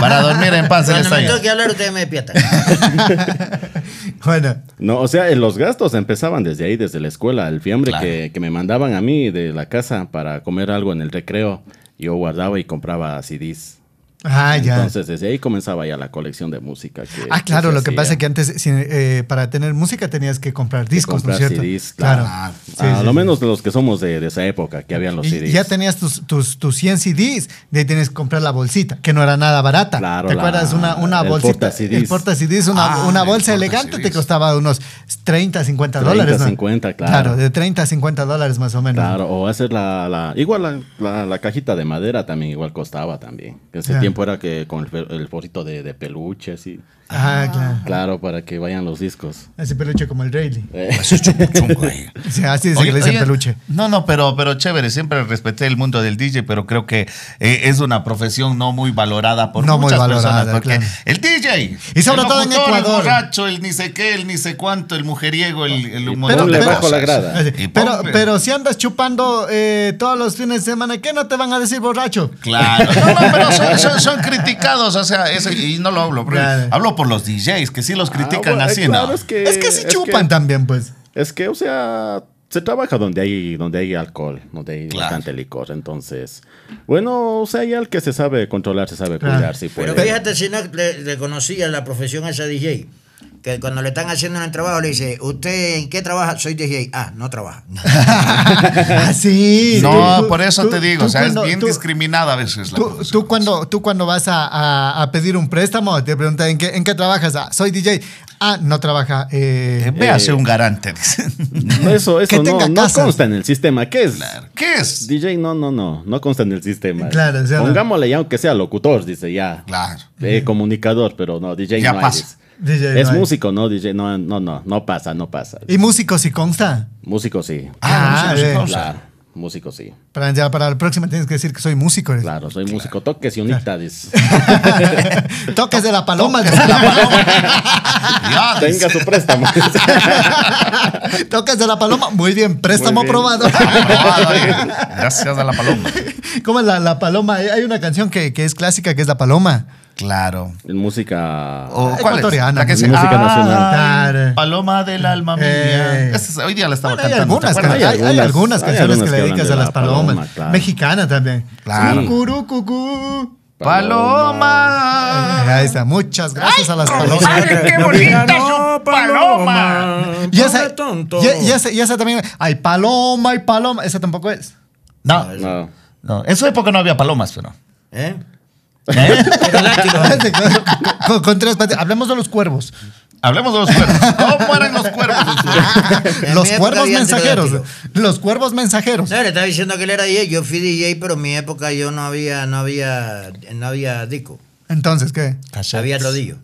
Speaker 1: Para dormir en paz en
Speaker 5: Cuando
Speaker 1: esta
Speaker 5: me
Speaker 1: año.
Speaker 5: toque hablar, ustedes me despiertan.
Speaker 3: bueno,
Speaker 2: No, o sea, eh, los gastos empezaban desde ahí, desde la escuela. El fiambre
Speaker 1: Claro.
Speaker 2: que, que me mandaban a mí de la casa para comer algo en el recreo, yo guardaba y compraba CDs.
Speaker 3: ah, ya.
Speaker 2: Entonces, desde ahí comenzaba ya la colección de música. que-
Speaker 3: Ah, claro,
Speaker 2: se
Speaker 3: lo que
Speaker 2: hacía.
Speaker 3: pasa es que antes si, eh, para tener música tenías que comprar discos,
Speaker 2: comprar
Speaker 3: ¿no es cierto?
Speaker 2: CDs, claro. Ah,
Speaker 3: claro. Sí,
Speaker 2: A
Speaker 3: sí,
Speaker 2: lo
Speaker 3: sí.
Speaker 2: menos los que somos de, de esa época, que habían los
Speaker 3: Y
Speaker 2: CDs.
Speaker 3: ya tenías tus, tus, tus 100 CDs, de ahí tenías que comprar la bolsita, que no era nada barata.
Speaker 2: Claro,
Speaker 3: ¿Te
Speaker 2: la-
Speaker 3: acuerdas? Una, una
Speaker 2: el
Speaker 3: bolsita.
Speaker 2: porta CDs.
Speaker 3: El porta CDs, una,
Speaker 1: Ah,
Speaker 3: una
Speaker 1: el
Speaker 3: bolsa
Speaker 1: porta
Speaker 3: elegante te
Speaker 1: CDs.
Speaker 3: costaba unos 30, 50
Speaker 2: 30,
Speaker 3: dólares. ¿no?
Speaker 2: 50, claro.
Speaker 3: de 30 a 50 dólares más o menos.
Speaker 2: Claro, o hacer la, la- igual la, la- la cajita de madera también igual costaba también. En ese
Speaker 3: Ya.
Speaker 2: tiempo era que con el, fe- el forrito de, de peluche, así.
Speaker 3: Ah, claro.
Speaker 2: Claro, para que vayan los discos. Eh.
Speaker 3: Ese peluche como el Rayleigh.
Speaker 1: Así es chungo, chungo ahí.
Speaker 3: O sea, así es
Speaker 1: Oye,
Speaker 3: que le dicen
Speaker 1: oye,
Speaker 3: peluche.
Speaker 1: No, no, pero, pero chévere, siempre respeté el mundo del DJ, pero creo que eh, es una profesión no muy valorada por
Speaker 3: No muy
Speaker 1: muchas
Speaker 3: valorada,
Speaker 1: personas. Porque
Speaker 3: claro.
Speaker 1: el DJ,
Speaker 3: Y sobre
Speaker 1: el
Speaker 3: todo en
Speaker 1: locutor,
Speaker 3: Ecuador.
Speaker 1: El borracho, el ni sé qué, el ni sé cuánto, el mujeriego, el, el un
Speaker 2: Pero-
Speaker 1: montón de
Speaker 2: Ponle bajo
Speaker 1: cosas.
Speaker 2: la grada.
Speaker 3: Así,
Speaker 1: Y
Speaker 3: eh,
Speaker 1: pues.
Speaker 3: Pero,
Speaker 1: ponle-
Speaker 3: pero si andas chupando eh, todos los fines de semana, ¿qué no te van a decir borracho?
Speaker 1: Claro, no, no, pero son, son- son criticados, o sea, eso- y no lo hablo, porque
Speaker 3: Claro.
Speaker 1: hablo por los DJs, que sí los critican
Speaker 2: Ah, bueno,
Speaker 1: así,
Speaker 2: claro,
Speaker 1: ¿no?
Speaker 2: es que,
Speaker 3: Eh, es que si chupan también, pues.
Speaker 2: Es que, o sea, se trabaja donde hay, donde hay alcohol, donde hay
Speaker 1: Claro.
Speaker 2: bastante licor. Entonces, bueno, o sea, ya el que se sabe controlar, se sabe
Speaker 3: Claro.
Speaker 2: cuidar, sí pues. puede.
Speaker 5: Pero fíjate si no le, le conocía la profesión a ese DJ. Que cuando le están haciendo un trabajo le dice, ¿usted en qué trabaja? Soy DJ. Ah, no trabaja.
Speaker 3: Ah, Así.
Speaker 1: No,
Speaker 3: Tú-
Speaker 1: por eso
Speaker 3: tú-
Speaker 1: te digo,
Speaker 3: tú
Speaker 1: o sea,
Speaker 3: cuando-
Speaker 1: es bien
Speaker 3: tú-
Speaker 1: discriminada a veces la
Speaker 3: Tú,
Speaker 1: cosa.
Speaker 3: tú cuando, tú cuando vas a, a- a pedir un préstamo, te preguntan ¿en qué, en qué trabajas? Ah, soy DJ. Ah, no trabaja. eh,
Speaker 1: Véase un garante, dicen.
Speaker 2: No, eso
Speaker 3: Que
Speaker 2: eso no,
Speaker 3: tenga
Speaker 2: no
Speaker 3: casa.
Speaker 2: consta en el sistema. ¿Qué es?
Speaker 1: ¿Qué es?
Speaker 2: DJ, no, no, no, no consta en el sistema.
Speaker 3: Claro, o sea, no.
Speaker 2: Pongámosle ya, aunque sea locutor, dice ya.
Speaker 1: Claro.
Speaker 2: Eh, comunicador, pero no, DJ
Speaker 1: Ya
Speaker 2: no
Speaker 1: pasa.
Speaker 2: hay, dice.
Speaker 3: DJ no
Speaker 2: es
Speaker 3: hay.
Speaker 2: músico, no, DJ, no, no, no, no pasa, no pasa.
Speaker 3: ¿Y músico si consta?
Speaker 2: Músico sí.
Speaker 3: Ah,
Speaker 1: no sé, no sé,
Speaker 3: eh.
Speaker 1: no sé.
Speaker 2: Claro, músico sí.
Speaker 3: Para, ya para la próxima tienes que decir que soy músico. eres.
Speaker 2: Claro, soy músico. Toques y unidades.
Speaker 3: Toques de la paloma.
Speaker 1: Toques de la paloma. Ya,
Speaker 3: Ah,
Speaker 2: Tenga
Speaker 1: dice.
Speaker 2: su préstamo.
Speaker 3: Toques de la paloma. Muy bien, préstamo
Speaker 2: Muy bien.
Speaker 3: aprobado.
Speaker 1: Gracias a la paloma.
Speaker 3: ¿Cómo es la, la paloma? Hay hay una canción que, que es clásica que es la paloma.
Speaker 1: Claro.
Speaker 2: En música.
Speaker 1: ¿O cuál es?
Speaker 3: Ecuatoriana,
Speaker 1: La que
Speaker 3: pues.
Speaker 1: se-
Speaker 2: Música
Speaker 1: Ah,
Speaker 2: nacional.
Speaker 3: Claro.
Speaker 1: Paloma del alma mía.
Speaker 3: Eh.
Speaker 1: Esa es- hoy día la estaba
Speaker 3: Bueno, hay
Speaker 1: cantando. ¿te
Speaker 3: algunas,
Speaker 1: acuerdas?
Speaker 3: hay, hay algunas,
Speaker 2: Hay algunas
Speaker 3: canciones que
Speaker 2: que
Speaker 3: le
Speaker 2: hablan
Speaker 3: dedicas
Speaker 2: de
Speaker 3: a
Speaker 2: la
Speaker 3: las palomas.
Speaker 2: paloma, claro.
Speaker 3: Mexicana también.
Speaker 1: Claro.
Speaker 3: Cucurucucú.
Speaker 1: Paloma.
Speaker 3: Eh, Ahí está, muchas gracias a las palomas.
Speaker 1: ¡Ay, qué bonita su paloma!
Speaker 3: Y
Speaker 5: Pobre
Speaker 3: esa,
Speaker 5: tonto.
Speaker 3: y, y esa, y esa también. Hay paloma, hay paloma. Esa tampoco es.
Speaker 1: No,
Speaker 2: No.
Speaker 1: no. En su época no había palomas, pero.
Speaker 5: ¿Eh?
Speaker 1: ¿Eh?
Speaker 3: con, con- con tres patas. Hablemos de los cuervos.
Speaker 1: Hablemos de los cuervos. ¿Cómo eran los cuervos? en su época?
Speaker 5: En
Speaker 3: los
Speaker 5: mi época
Speaker 3: cuervos
Speaker 5: había
Speaker 3: mensajeros.
Speaker 5: pterodáctilo.
Speaker 3: Los cuervos mensajeros.
Speaker 5: No, le estaba diciendo que él era DJ. Yo fui DJ, pero en mi época yo no había, no había, no había disco.
Speaker 3: Entonces, ¿qué?
Speaker 5: Había rodillo.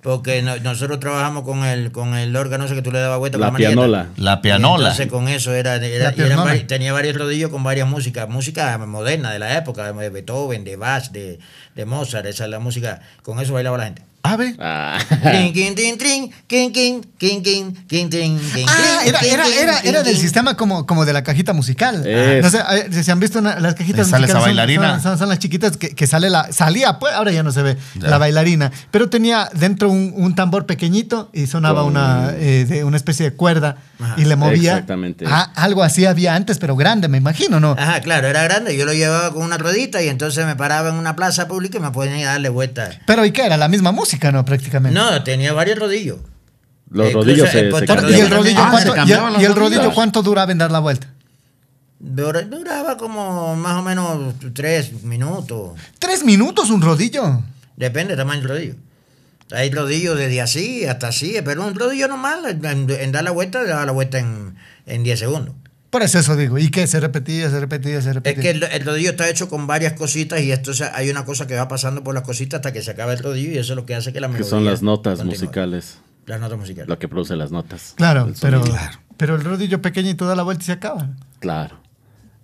Speaker 5: Porque no- nosotros trabajamos con el, con el órgano ese que tú le dabas vuelta.
Speaker 2: La
Speaker 5: con manilleta.
Speaker 2: pianola.
Speaker 1: La pianola.
Speaker 5: Entonces con eso era, era-
Speaker 3: La pianola.
Speaker 5: eran vari- tenía varios rodillos con varias músicas, música moderna de la época, de Beethoven, de Bach, de, de Mozart, esa es la música, con eso bailaba la gente.
Speaker 1: Ave.
Speaker 2: Ah.
Speaker 5: Trin, quin, trin, trin, quin, quin, quin, quin, quin, trin, quin,
Speaker 3: Ah,
Speaker 5: trin,
Speaker 3: era,
Speaker 5: quin,
Speaker 3: era,
Speaker 5: trin,
Speaker 3: era,
Speaker 5: quin,
Speaker 3: era del
Speaker 5: trin.
Speaker 3: sistema como, como de la cajita musical.
Speaker 2: Es.
Speaker 3: No sé, a ver, si se han visto una- las cajitas
Speaker 1: Ahí sale esa
Speaker 3: musicales. son-
Speaker 1: bailarina.
Speaker 3: Son, son las chiquitas que, que sale la. Salía, pues, ahora ya no se ve,
Speaker 1: Ya.
Speaker 3: la bailarina. Pero tenía dentro un, un tambor pequeñito y
Speaker 1: Oh.
Speaker 3: sonaba
Speaker 2: Con-
Speaker 3: una, eh, de una especie de cuerda y le movía.
Speaker 2: Exactamente.
Speaker 3: Ah, algo así había antes, pero grande, me imagino,
Speaker 1: Ah.
Speaker 3: ¿no?
Speaker 5: Ajá, claro, era grande, yo lo llevaba con una ruedita y entonces me paraba en una plaza pública y me ponía a darle vueltas.
Speaker 3: Pero ¿y qué? Era la misma música, ¿no? Prácticamente.
Speaker 5: No, tenía varios rodillos.
Speaker 2: Los
Speaker 5: Eh,
Speaker 3: pues,
Speaker 2: rodillos
Speaker 5: o sea,
Speaker 2: se,
Speaker 5: el
Speaker 2: se
Speaker 5: pantalón-
Speaker 3: ¿Y el
Speaker 2: cambiaban.
Speaker 3: rodillo,
Speaker 1: Ah, se
Speaker 3: cuánto, y
Speaker 1: cambiaban
Speaker 3: el,
Speaker 1: los
Speaker 3: y el rodillo
Speaker 1: rodillos.
Speaker 3: cuánto duraba en dar la vuelta?
Speaker 5: Dura- Duraba como más o menos tres minutos.
Speaker 3: Tres minutos un rodillo.
Speaker 5: Depende del tamaño del rodillo. Hay rodillos desde así hasta así, pero un rodillo normal, en, en dar la vuelta, le da la vuelta en, en 10 segundos.
Speaker 3: Por eso eso digo. Y que se repetía, se repetía, se
Speaker 5: Es
Speaker 3: repetía.
Speaker 5: que el, el rodillo está hecho con varias cositas y esto se- hay una cosa que va pasando por las cositas hasta que se acaba el rodillo y eso es lo que hace que la
Speaker 2: Que
Speaker 5: melodía
Speaker 2: son las notas
Speaker 5: continúe.
Speaker 2: musicales,
Speaker 5: Las notas musicales.
Speaker 2: lo que produce las notas.
Speaker 3: Claro, pero,
Speaker 1: Claro.
Speaker 3: pero el rodillo pequeñito da la vuelta y se acaba.
Speaker 2: Claro.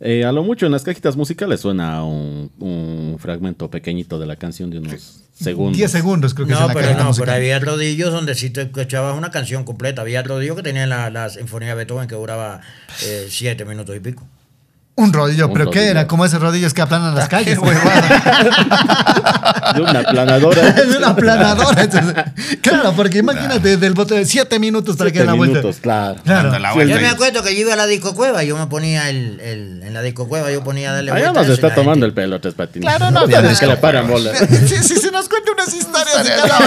Speaker 2: Eh, a lo mucho en las cajitas musicales suena un, un fragmento pequeñito de la canción de unos segundos.
Speaker 3: 10 segundos creo que
Speaker 5: No,
Speaker 3: es la
Speaker 5: pero
Speaker 3: carta
Speaker 5: no, pero
Speaker 3: musical.
Speaker 5: había rodillos donde si te escuchabas una canción completa. Había rodillos que tenían la, la Sinfonía de Beethoven que duraba eh, siete minutos y pico.
Speaker 3: Un rodillo,
Speaker 2: Un
Speaker 3: pero ¿qué
Speaker 2: rodillo.
Speaker 3: era? Como esos rodillos que aplanan
Speaker 5: Ah,
Speaker 3: las calles.
Speaker 2: De una aplanadora.
Speaker 3: es una aplanadora. entonces, claro, porque imagínate, del bote de 7 minutos para que dé
Speaker 2: Siete
Speaker 3: la vuelta.
Speaker 2: minutos, claro.
Speaker 3: Claro.
Speaker 1: Dando la
Speaker 2: Sí,
Speaker 1: vuelta
Speaker 5: Yo me
Speaker 1: y-
Speaker 5: acuerdo que yo iba a la disco cueva, yo me ponía el, el- en la disco cueva, yo ponía darle
Speaker 2: Allá
Speaker 5: vuelta a
Speaker 2: nos
Speaker 5: eso y
Speaker 2: está
Speaker 5: la
Speaker 2: tomando el
Speaker 5: gente-
Speaker 2: pelo tres patines.
Speaker 3: Claro, no,
Speaker 2: Tienes
Speaker 3: pero-
Speaker 2: que le paran bola.
Speaker 3: Si, si se nos cuenta unas historias de cada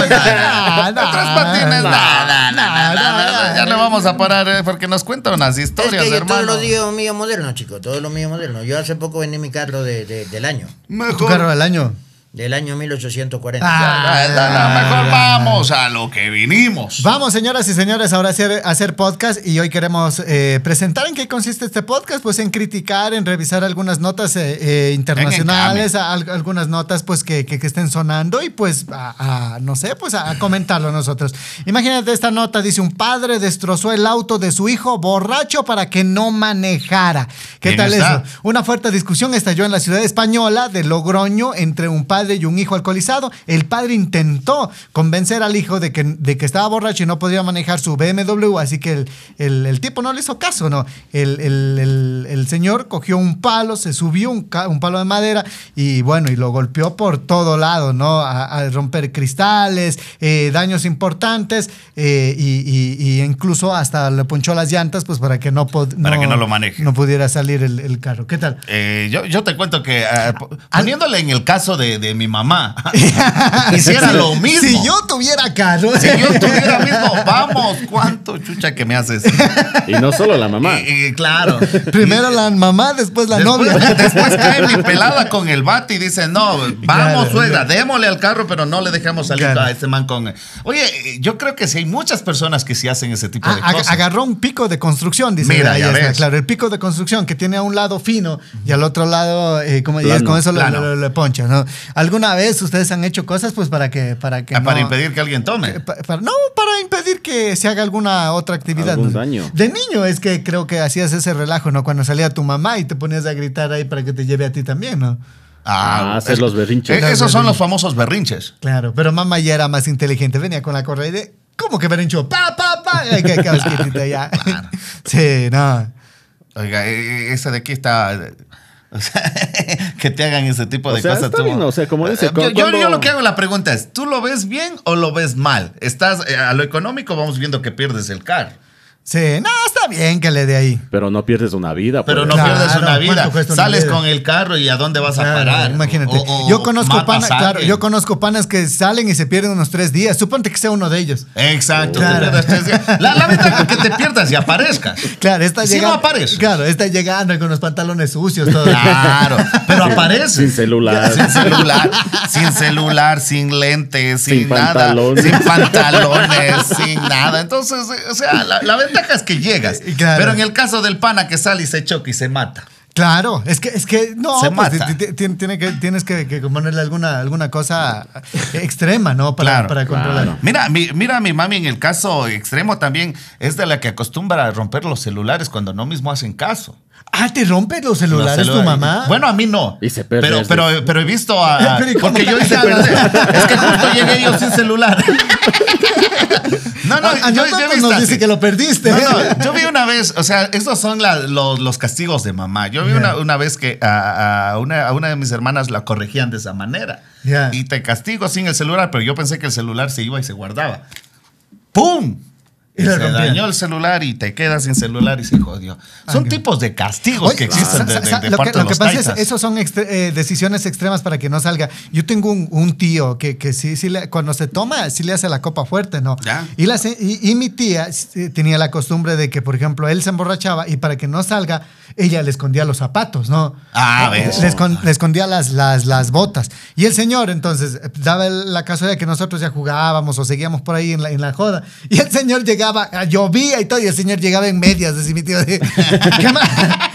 Speaker 3: vaina. No, no,
Speaker 1: Tres patines,
Speaker 3: no,
Speaker 1: nada, nada,
Speaker 3: no,
Speaker 1: nada.
Speaker 3: no,
Speaker 1: Ya
Speaker 3: no.
Speaker 1: le vamos a parar eh, porque nos cuentan unas
Speaker 5: Es
Speaker 1: historias,
Speaker 5: que yo todos
Speaker 1: hermano.
Speaker 5: los días mío moderno, chicos, todos los míos modernos. Yo hace poco vendí mi carro de- de- del año,
Speaker 3: Tu carro
Speaker 1: Mejor,
Speaker 3: del año.
Speaker 5: del año 1840.
Speaker 3: Ah.
Speaker 1: Ah, no, no, mejor vamos a lo que vinimos.
Speaker 3: Vamos, señoras y señores, ahora a hacer, a hacer podcast y hoy queremos eh, presentar en qué consiste este podcast, pues en criticar, en revisar algunas notas eh, eh, internacionales, a- al- algunas notas pues que, que- que estén sonando y pues a, a, no sé, pues a, a comentarlo nosotros. Imagínate esta nota, dice un padre destrozó el auto de su hijo borracho para que no manejara. ¿Qué
Speaker 1: Bien
Speaker 3: tal
Speaker 1: está.
Speaker 3: eso? Una fuerte discusión estalló en la ciudad española de Logroño entre un padre y un hijo alcoholizado. El padre intentó convencer al hijo de que, de que estaba borracho y no podía manejar su BMW, así que el, el- el tipo no le hizo caso, ¿no? El, el- el- el señor cogió un palo, se subió un, ca- un palo de madera y bueno, y lo golpeó por todo lado, ¿no? A, a romper cristales, eh, daños importantes eh, y, y- y incluso hasta le ponchó las llantas, pues para que no, pod-
Speaker 1: Para que no lo maneje.
Speaker 3: no pudiera salir el, el carro. ¿Qué tal?
Speaker 1: Eh, yo, yo te cuento que ah, po- poniéndole en el caso de, de mi mamá, hiciera lo mismo.
Speaker 3: Si yo tuviera carro.
Speaker 1: Si yo tuviera mismo, vamos, cuánto chucha que me haces.
Speaker 2: Y no solo la mamá.
Speaker 1: Eh, eh, claro.
Speaker 3: Primero la mamá, después la
Speaker 1: Después,
Speaker 3: novia.
Speaker 1: después cae mi pelada con el bate y dice, no, vamos,
Speaker 3: Claro.
Speaker 1: suegra, démosle al carro, pero no le dejemos salir
Speaker 3: Claro.
Speaker 1: a este man con... Oye, eh, yo creo que sí hay muchas personas que sí hacen ese tipo
Speaker 3: Ah,
Speaker 1: de
Speaker 3: ag-
Speaker 1: cosas.
Speaker 3: agarró un pico de construcción, dice.
Speaker 1: Mira,
Speaker 3: ahí
Speaker 1: ya
Speaker 3: está,
Speaker 1: ves.
Speaker 3: Claro, el pico de construcción que tiene a un lado fino y al otro lado, eh, como y es
Speaker 2: Plano,
Speaker 3: con eso le-
Speaker 1: plano.
Speaker 3: le, le poncha, ¿no? ¿Alguna vez ustedes han hecho cosas pues para que... Para, que
Speaker 1: Ah, Para
Speaker 3: no-
Speaker 1: impedir que alguien tome.
Speaker 3: Pa- para- no, para impedir que se haga alguna otra actividad.
Speaker 2: Algún
Speaker 3: ¿no?
Speaker 2: daño.
Speaker 3: De niño es que creo que hacías ese relajo, ¿no? Cuando salía tu mamá y te ponías a gritar ahí para que te lleve a ti también, ¿no?
Speaker 2: Ah, hacer los berrinches.
Speaker 1: eh, esos son los famosos berrinches.
Speaker 3: Claro, pero mamá ya era más inteligente. Venía con la correa y de, ¿cómo que berrincho? ¡Pa, pa, pa! Ay, que acabas quietita ya. Sí, no.
Speaker 1: Oiga, eh, eh, ese de aquí está... eh, o sea, que te hagan ese tipo
Speaker 2: O
Speaker 1: de
Speaker 2: sea,
Speaker 1: cosas.
Speaker 2: está
Speaker 1: tú.
Speaker 2: bien, o sea, como dice,
Speaker 1: Eh, yo, yo-
Speaker 2: cuando-
Speaker 1: yo lo que hago la pregunta es, ¿tú lo ves bien o lo ves mal? Estás eh, a lo económico, vamos viendo que pierdes el carro.
Speaker 3: Sí, no, está bien que le dé ahí.
Speaker 2: Pero no pierdes una vida.
Speaker 1: Pero
Speaker 2: pues.
Speaker 1: no
Speaker 3: Claro,
Speaker 1: pierdes una
Speaker 3: ¿cuánto
Speaker 1: vida.
Speaker 3: cuesta una
Speaker 1: Sales
Speaker 3: vida?
Speaker 1: con el carro y a dónde vas a
Speaker 3: Claro,
Speaker 1: parar.
Speaker 3: Imagínate.
Speaker 1: O- o
Speaker 3: yo conozco
Speaker 1: matas
Speaker 3: panas,
Speaker 1: a
Speaker 3: claro,
Speaker 1: alguien.
Speaker 3: yo conozco panas que salen y se pierden unos tres días. Suponte que sea uno de ellos.
Speaker 1: Exacto.
Speaker 3: Claro.
Speaker 1: te pierdes tres días. La, la ventaja es que te pierdas y aparezcas.
Speaker 3: Claro, está
Speaker 1: Si
Speaker 3: llegando.
Speaker 1: no apareces.
Speaker 3: Claro, está llegando con los pantalones sucios, todo.
Speaker 1: Claro, pero apareces.
Speaker 2: Sin celular.
Speaker 1: Sin celular, sin celular, sin lentes, sin,
Speaker 2: Sin
Speaker 1: nada.
Speaker 2: pantalones.
Speaker 1: Sin pantalones, sin nada. Entonces, eh, o sea, la, la ventaja es que llegas.
Speaker 3: Y claro.
Speaker 1: Pero en el caso del pana que sale y se choca y se mata.
Speaker 3: Claro, es que, es que no,
Speaker 1: Se
Speaker 3: pues,
Speaker 1: mata.
Speaker 3: ti- ti- ti- tiene que, tienes que, que ponerle alguna, alguna cosa extrema, ¿no? Para,
Speaker 1: Claro,
Speaker 3: para controlar.
Speaker 2: claro.
Speaker 1: Mira, mi, mira, mi mami en el caso extremo también es de la que acostumbra a romper los celulares cuando no mismo hacen caso.
Speaker 3: Ah, ¿te rompe los celulares
Speaker 1: Los celulares.
Speaker 3: tu mamá?
Speaker 1: Bueno, a mí no.
Speaker 2: Y se pierde,
Speaker 1: Pero,
Speaker 2: sí.
Speaker 1: pero, pero he visto a.
Speaker 3: Pero, ¿y cómo
Speaker 1: Porque yo
Speaker 3: te-
Speaker 1: hice
Speaker 3: se
Speaker 1: algo así. Es que justo llegué yo sin celular. No, no,
Speaker 3: a, a
Speaker 1: yo, yo he
Speaker 3: nosotros
Speaker 1: visto
Speaker 3: ah, nos
Speaker 1: así.
Speaker 3: dice que lo perdiste.
Speaker 1: No, no, yo vi una vez, o sea, estos son la- los, los castigos de mamá. Yo vi una, una vez que a, a una, a una de mis hermanas la corregían de esa manera.
Speaker 3: Ya.
Speaker 1: Y te castigo sin el celular, pero yo pensé que el celular se iba y se guardaba. ¡Pum!
Speaker 3: Y
Speaker 1: Y
Speaker 3: la
Speaker 1: se
Speaker 3: rompían.
Speaker 1: dañó el celular y te quedas sin celular y se jodió. Son
Speaker 3: qué-
Speaker 1: tipos de castigos
Speaker 3: Oye,
Speaker 1: que existen
Speaker 3: sa-
Speaker 1: de,
Speaker 3: sa-
Speaker 1: de-
Speaker 3: sa-
Speaker 1: de
Speaker 3: lo
Speaker 1: parte
Speaker 3: que, lo
Speaker 1: de
Speaker 3: que
Speaker 1: los
Speaker 3: pasa
Speaker 1: taitas.
Speaker 3: es esos son extre- eh, decisiones extremas para que no salga. Yo tengo un, un tío que, que sí, sí le- cuando se toma, sí le hace la copa fuerte, ¿no?
Speaker 1: Ya.
Speaker 3: Y, la se- y- y mi tía sí, tenía la costumbre de que, por ejemplo, él se emborrachaba y para que no salga, ella le escondía los zapatos, ¿no?
Speaker 1: Ah,
Speaker 3: Eh,
Speaker 1: ves.
Speaker 3: Le, escon- le escondía las, las, las botas. Y el señor, entonces, daba el- la casualidad que nosotros ya jugábamos o seguíamos por ahí en la, en la joda. Y el señor llegaba llegaba, ah, llovía y todo, y el señor llegaba en medias, así mi tío, así, ¿qué más,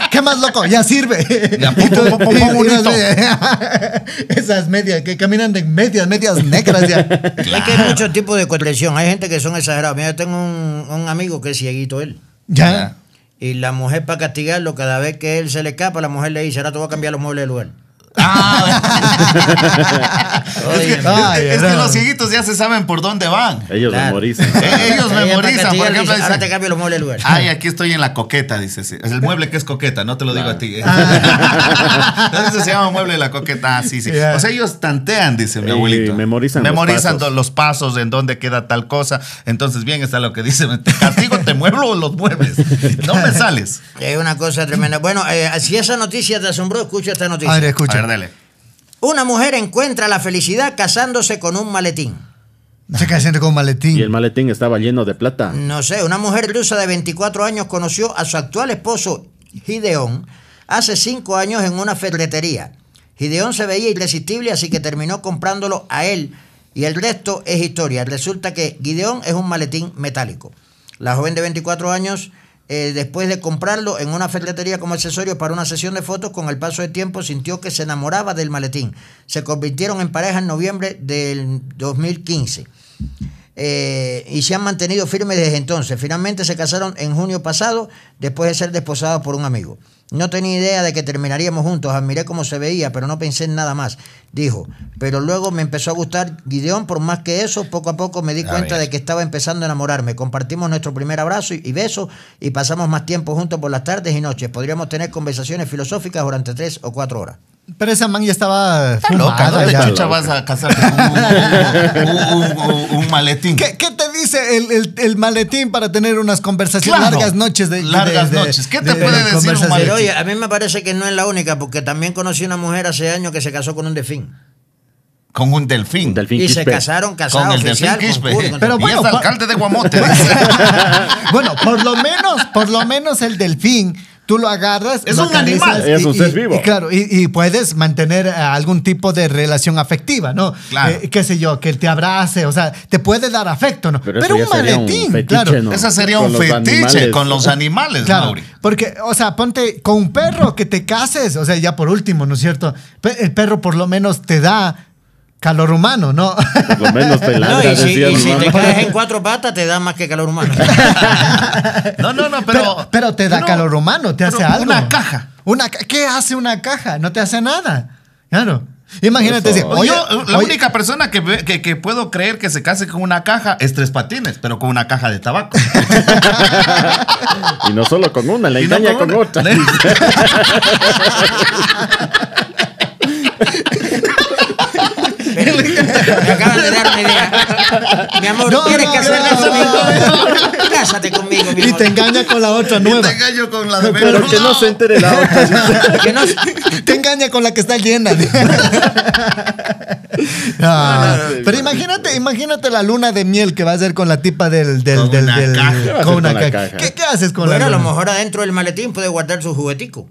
Speaker 3: qué más loco? Ya sirve.
Speaker 1: Ya, pum, pum, pum, pum,
Speaker 3: Y- y- y-
Speaker 1: bonito.
Speaker 3: Esas medias, que caminan de medias, medias negras ya.
Speaker 5: Es que hay muchos tipos de corrección. Hay gente que son exagerados. Mira, yo tengo un, un amigo que es cieguito él.
Speaker 3: Ya.
Speaker 5: Y la mujer, para castigarlo, cada vez que él se le escapa, la mujer le dice: Ahora te voy a cambiar los muebles de lugar.
Speaker 1: Ah.
Speaker 5: Oye,
Speaker 3: Ay,
Speaker 1: es que
Speaker 3: no.
Speaker 1: los cieguitos ya se saben por dónde van.
Speaker 2: Ellos
Speaker 5: Claro.
Speaker 2: memorizan.
Speaker 1: Eh, ellos
Speaker 5: Ella, para
Speaker 1: memorizan, por
Speaker 5: castigarlo,
Speaker 1: ejemplo,
Speaker 5: dice, Ahora te
Speaker 1: dicen,
Speaker 5: cambio los muebles de lugar.
Speaker 1: ay, aquí estoy en la coqueta, dice. sí. Es el mueble que es coqueta, no te lo digo
Speaker 3: Ah.
Speaker 1: a ti. Entonces se llama mueble de la coqueta. Ah, sí, sí.
Speaker 3: Ya.
Speaker 1: O sea, ellos tantean, dice mi
Speaker 2: Y
Speaker 1: abuelito.
Speaker 2: memorizan los
Speaker 1: Memorizan
Speaker 2: pasos.
Speaker 1: do- los pasos, en dónde queda tal cosa. Entonces, bien está lo que dice, te castigo, te muevo los muebles. No me sales.
Speaker 5: Es una cosa tremenda. Bueno, eh, si esa noticia te asombró, escucha esta noticia.
Speaker 3: A ver,
Speaker 1: A
Speaker 3: escucha.
Speaker 1: ver, dale.
Speaker 5: Una mujer encuentra la felicidad casándose con un maletín.
Speaker 3: Se cae siempre con un maletín.
Speaker 2: Y el maletín estaba lleno de plata.
Speaker 1: Mm.
Speaker 5: No sé, una mujer rusa de 24 años conoció a su actual esposo Gideón hace 5 años en una ferretería. Gideón se veía irresistible, así que terminó comprándolo a él y el resto es historia. Resulta que Gideón es un maletín metálico. La joven de 24 años, eh, después de comprarlo en una ferretería como accesorio para una sesión de fotos, con el paso del tiempo sintió que se enamoraba del maletín. Se convirtieron en pareja en noviembre del 2015. Eh, y se han mantenido firmes desde entonces. Finalmente se casaron en junio pasado, después de ser desposados por un amigo. No tenía idea de que terminaríamos juntos, admiré cómo se veía, pero no pensé en nada más, dijo. Pero luego me empezó a gustar Gideón, por más que eso, poco a poco me di
Speaker 1: A
Speaker 5: cuenta
Speaker 1: ver.
Speaker 5: de que estaba empezando a enamorarme. Compartimos nuestro primer abrazo y, y beso y pasamos más tiempo juntos por las tardes y noches. Podríamos tener conversaciones filosóficas durante tres o cuatro horas.
Speaker 3: Pero esa man ya estaba
Speaker 1: Está loca,
Speaker 3: fumada
Speaker 1: ¿dónde
Speaker 3: ya.
Speaker 1: chucha vas a casarte con un, un- un- un- un maletín?
Speaker 3: ¿Qué, qué te dice el, el- el maletín para tener unas conversaciones?
Speaker 1: Claro.
Speaker 3: Largas noches de. de-
Speaker 1: Largas
Speaker 3: de-
Speaker 1: noches. ¿Qué te
Speaker 3: de- de
Speaker 1: puede decir un
Speaker 3: conversaciones?
Speaker 1: maletín?
Speaker 5: Pero oye, a mí me parece que no es la única, porque también conocí una mujer hace años que se casó con un delfín.
Speaker 1: Con un delfín.
Speaker 2: Un delfín
Speaker 5: Y se
Speaker 2: quispe.
Speaker 5: casaron, casados,
Speaker 1: Con el
Speaker 5: oficial,
Speaker 1: delfín Quispe.
Speaker 5: con público.
Speaker 3: Pero
Speaker 1: y
Speaker 3: bueno,
Speaker 1: es
Speaker 3: pa-
Speaker 1: alcalde de Guamote. dice.
Speaker 3: Bueno, por lo menos, por lo menos el delfín, tú lo agarras.
Speaker 1: Es
Speaker 3: lo
Speaker 1: un animal.
Speaker 3: acaricias
Speaker 2: Es un
Speaker 3: y-
Speaker 2: ser
Speaker 3: y-
Speaker 2: vivo.
Speaker 3: y claro, y, y puedes mantener eh, algún tipo de relación afectiva, ¿no?
Speaker 1: Claro.
Speaker 3: Eh, qué sé yo, que él te abrace, o sea, te puede dar afecto, ¿no? Pero,
Speaker 2: Pero eso
Speaker 3: un
Speaker 2: ya sería un
Speaker 3: maletín,
Speaker 2: fetiche,
Speaker 3: claro.
Speaker 2: ¿no?
Speaker 1: Ese sería
Speaker 2: Con
Speaker 1: un
Speaker 2: los
Speaker 1: fetiche
Speaker 2: animales.
Speaker 1: con los animales,
Speaker 3: Claro,
Speaker 1: Mauri.
Speaker 3: porque, o sea, ponte con un perro que te cases, o sea, ya por último, ¿no es cierto? Pe- El perro por lo menos te da calor humano, ¿no?
Speaker 2: Por lo menos te
Speaker 5: No,
Speaker 2: lanza,
Speaker 5: y si,
Speaker 2: decía
Speaker 5: y
Speaker 2: mi
Speaker 5: si te
Speaker 2: mamá.
Speaker 5: caes en cuatro patas, te da más que calor humano.
Speaker 1: No, no, no, pero.
Speaker 3: pero, pero te da
Speaker 1: pero-
Speaker 3: calor humano, te
Speaker 1: pero
Speaker 3: hace algo.
Speaker 1: Una caja.
Speaker 3: Una, ca- ¿Qué hace una caja? No te hace nada. Claro. Imagínate,
Speaker 2: Eso.
Speaker 3: decir, oye,
Speaker 1: Yo, la
Speaker 3: oye,
Speaker 1: única persona que, ve- que, que puedo creer que se case con una caja es tres patines, pero con una caja de tabaco.
Speaker 2: Y no solo con una, la
Speaker 1: Y no
Speaker 2: engaña con,
Speaker 1: una.
Speaker 2: otra.
Speaker 5: Pero me acaban de dar una idea. Mi amor,
Speaker 3: No,
Speaker 5: ¿quieres
Speaker 3: no,
Speaker 5: casarte
Speaker 3: no,
Speaker 5: conmigo? Cásate conmigo, mi
Speaker 3: y
Speaker 5: amor.
Speaker 3: te engaña con la otra
Speaker 1: Y
Speaker 3: nueva.
Speaker 1: te engaño con la de
Speaker 2: Pero que no se entere la otra.
Speaker 5: Que no-
Speaker 3: Te engaña con la que está llena. No, pero imagínate, imagínate la luna de miel que va a hacer con la tipa del, del,
Speaker 1: Con
Speaker 3: del,
Speaker 1: una
Speaker 3: del-
Speaker 1: caja. ¿Qué
Speaker 2: va a hacer
Speaker 3: con una
Speaker 2: con la
Speaker 3: caja.
Speaker 2: caja?
Speaker 3: ¿Qué, qué haces con
Speaker 5: Bueno,
Speaker 3: la
Speaker 5: a lo
Speaker 3: luna?
Speaker 5: mejor adentro del maletín puede guardar su juguetico.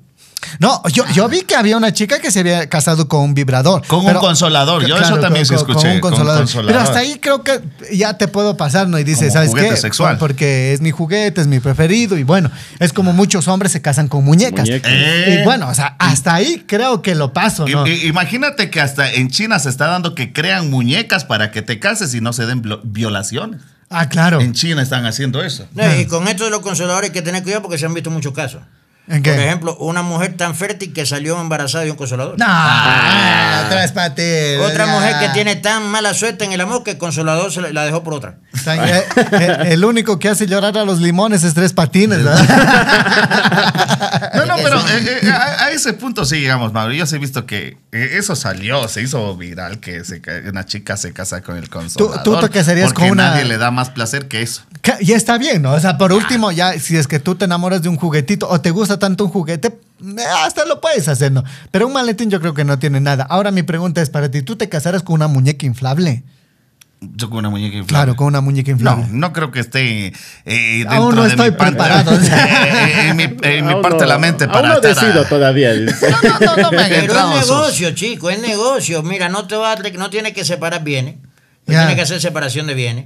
Speaker 3: No, yo, yo vi que había una chica que se había casado con un vibrador.
Speaker 1: Con un consolador. Yo eso también sí escuché,
Speaker 3: un
Speaker 1: con
Speaker 3: consolador.
Speaker 1: consolador.
Speaker 3: Pero hasta ahí creo que ya te puedo pasar, ¿no? Y dice,
Speaker 1: Como
Speaker 3: ¿sabes
Speaker 1: juguete
Speaker 3: qué?
Speaker 1: sexual.
Speaker 3: Porque es mi juguete, es mi preferido. Y bueno, es como muchos hombres se casan con muñecas.
Speaker 2: Muñecas.
Speaker 1: Eh.
Speaker 3: Y bueno, o sea, hasta ahí creo que lo paso,
Speaker 1: I-
Speaker 3: ¿no?
Speaker 1: i- Imagínate que hasta en China se está dando que crean muñecas para que te cases y no se den blo- violaciones.
Speaker 3: ah, claro.
Speaker 1: En China están haciendo eso.
Speaker 5: No,
Speaker 3: Ah.
Speaker 5: Y con esto de los consoladores hay que tener cuidado porque se han visto muchos casos.
Speaker 3: ¿En qué?
Speaker 5: Por ejemplo, una mujer tan fértil que salió embarazada de un consolador.
Speaker 3: No,
Speaker 1: Ah.
Speaker 3: ah, otra es para ti,
Speaker 5: Otra
Speaker 3: ya.
Speaker 5: mujer que tiene tan mala suerte en el amor que el consolador se la- la dejó por otra.
Speaker 3: O sea, eh, eh, el único que hace llorar a los limones es tres patines, ¿verdad?
Speaker 1: No, no, pero eh, eh, a, a ese punto sí llegamos, Mauro. Yo sí he visto que eh, eso salió, se hizo viral, que se ca- una chica se casa con el consolador.
Speaker 3: tú te casarías
Speaker 1: porque
Speaker 3: con una-
Speaker 1: nadie le da más placer que eso.
Speaker 3: Que- Y está bien, ¿no? O sea, por último, ya si es que tú te enamoras de un juguetito o te gusta tanto un juguete, eh, hasta lo puedes hacer, ¿no? Pero un maletín yo creo que no tiene nada. Ahora mi pregunta es para ti, ¿tú te casarás con una muñeca inflable?
Speaker 1: Yo con una muñeca inflable.
Speaker 3: Claro, con una muñeca
Speaker 1: No,
Speaker 3: inflable.
Speaker 1: no creo que esté eh, dentro
Speaker 3: Aún no
Speaker 1: de
Speaker 3: estoy
Speaker 1: mi parte,
Speaker 3: preparado.
Speaker 1: eh, en mi, en mi
Speaker 2: Aún
Speaker 1: parte
Speaker 2: no-
Speaker 1: de la mente
Speaker 2: Aún
Speaker 1: para
Speaker 2: no
Speaker 1: estar a-
Speaker 2: decido todavía. dice.
Speaker 1: No, no, no, no me han
Speaker 5: Pero
Speaker 1: entrado
Speaker 5: es
Speaker 1: sus-
Speaker 5: negocio, chico, es negocio. Mira, no te va a, no tienes que separar bienes. No
Speaker 3: Ya.
Speaker 5: tienes que hacer separación de bienes.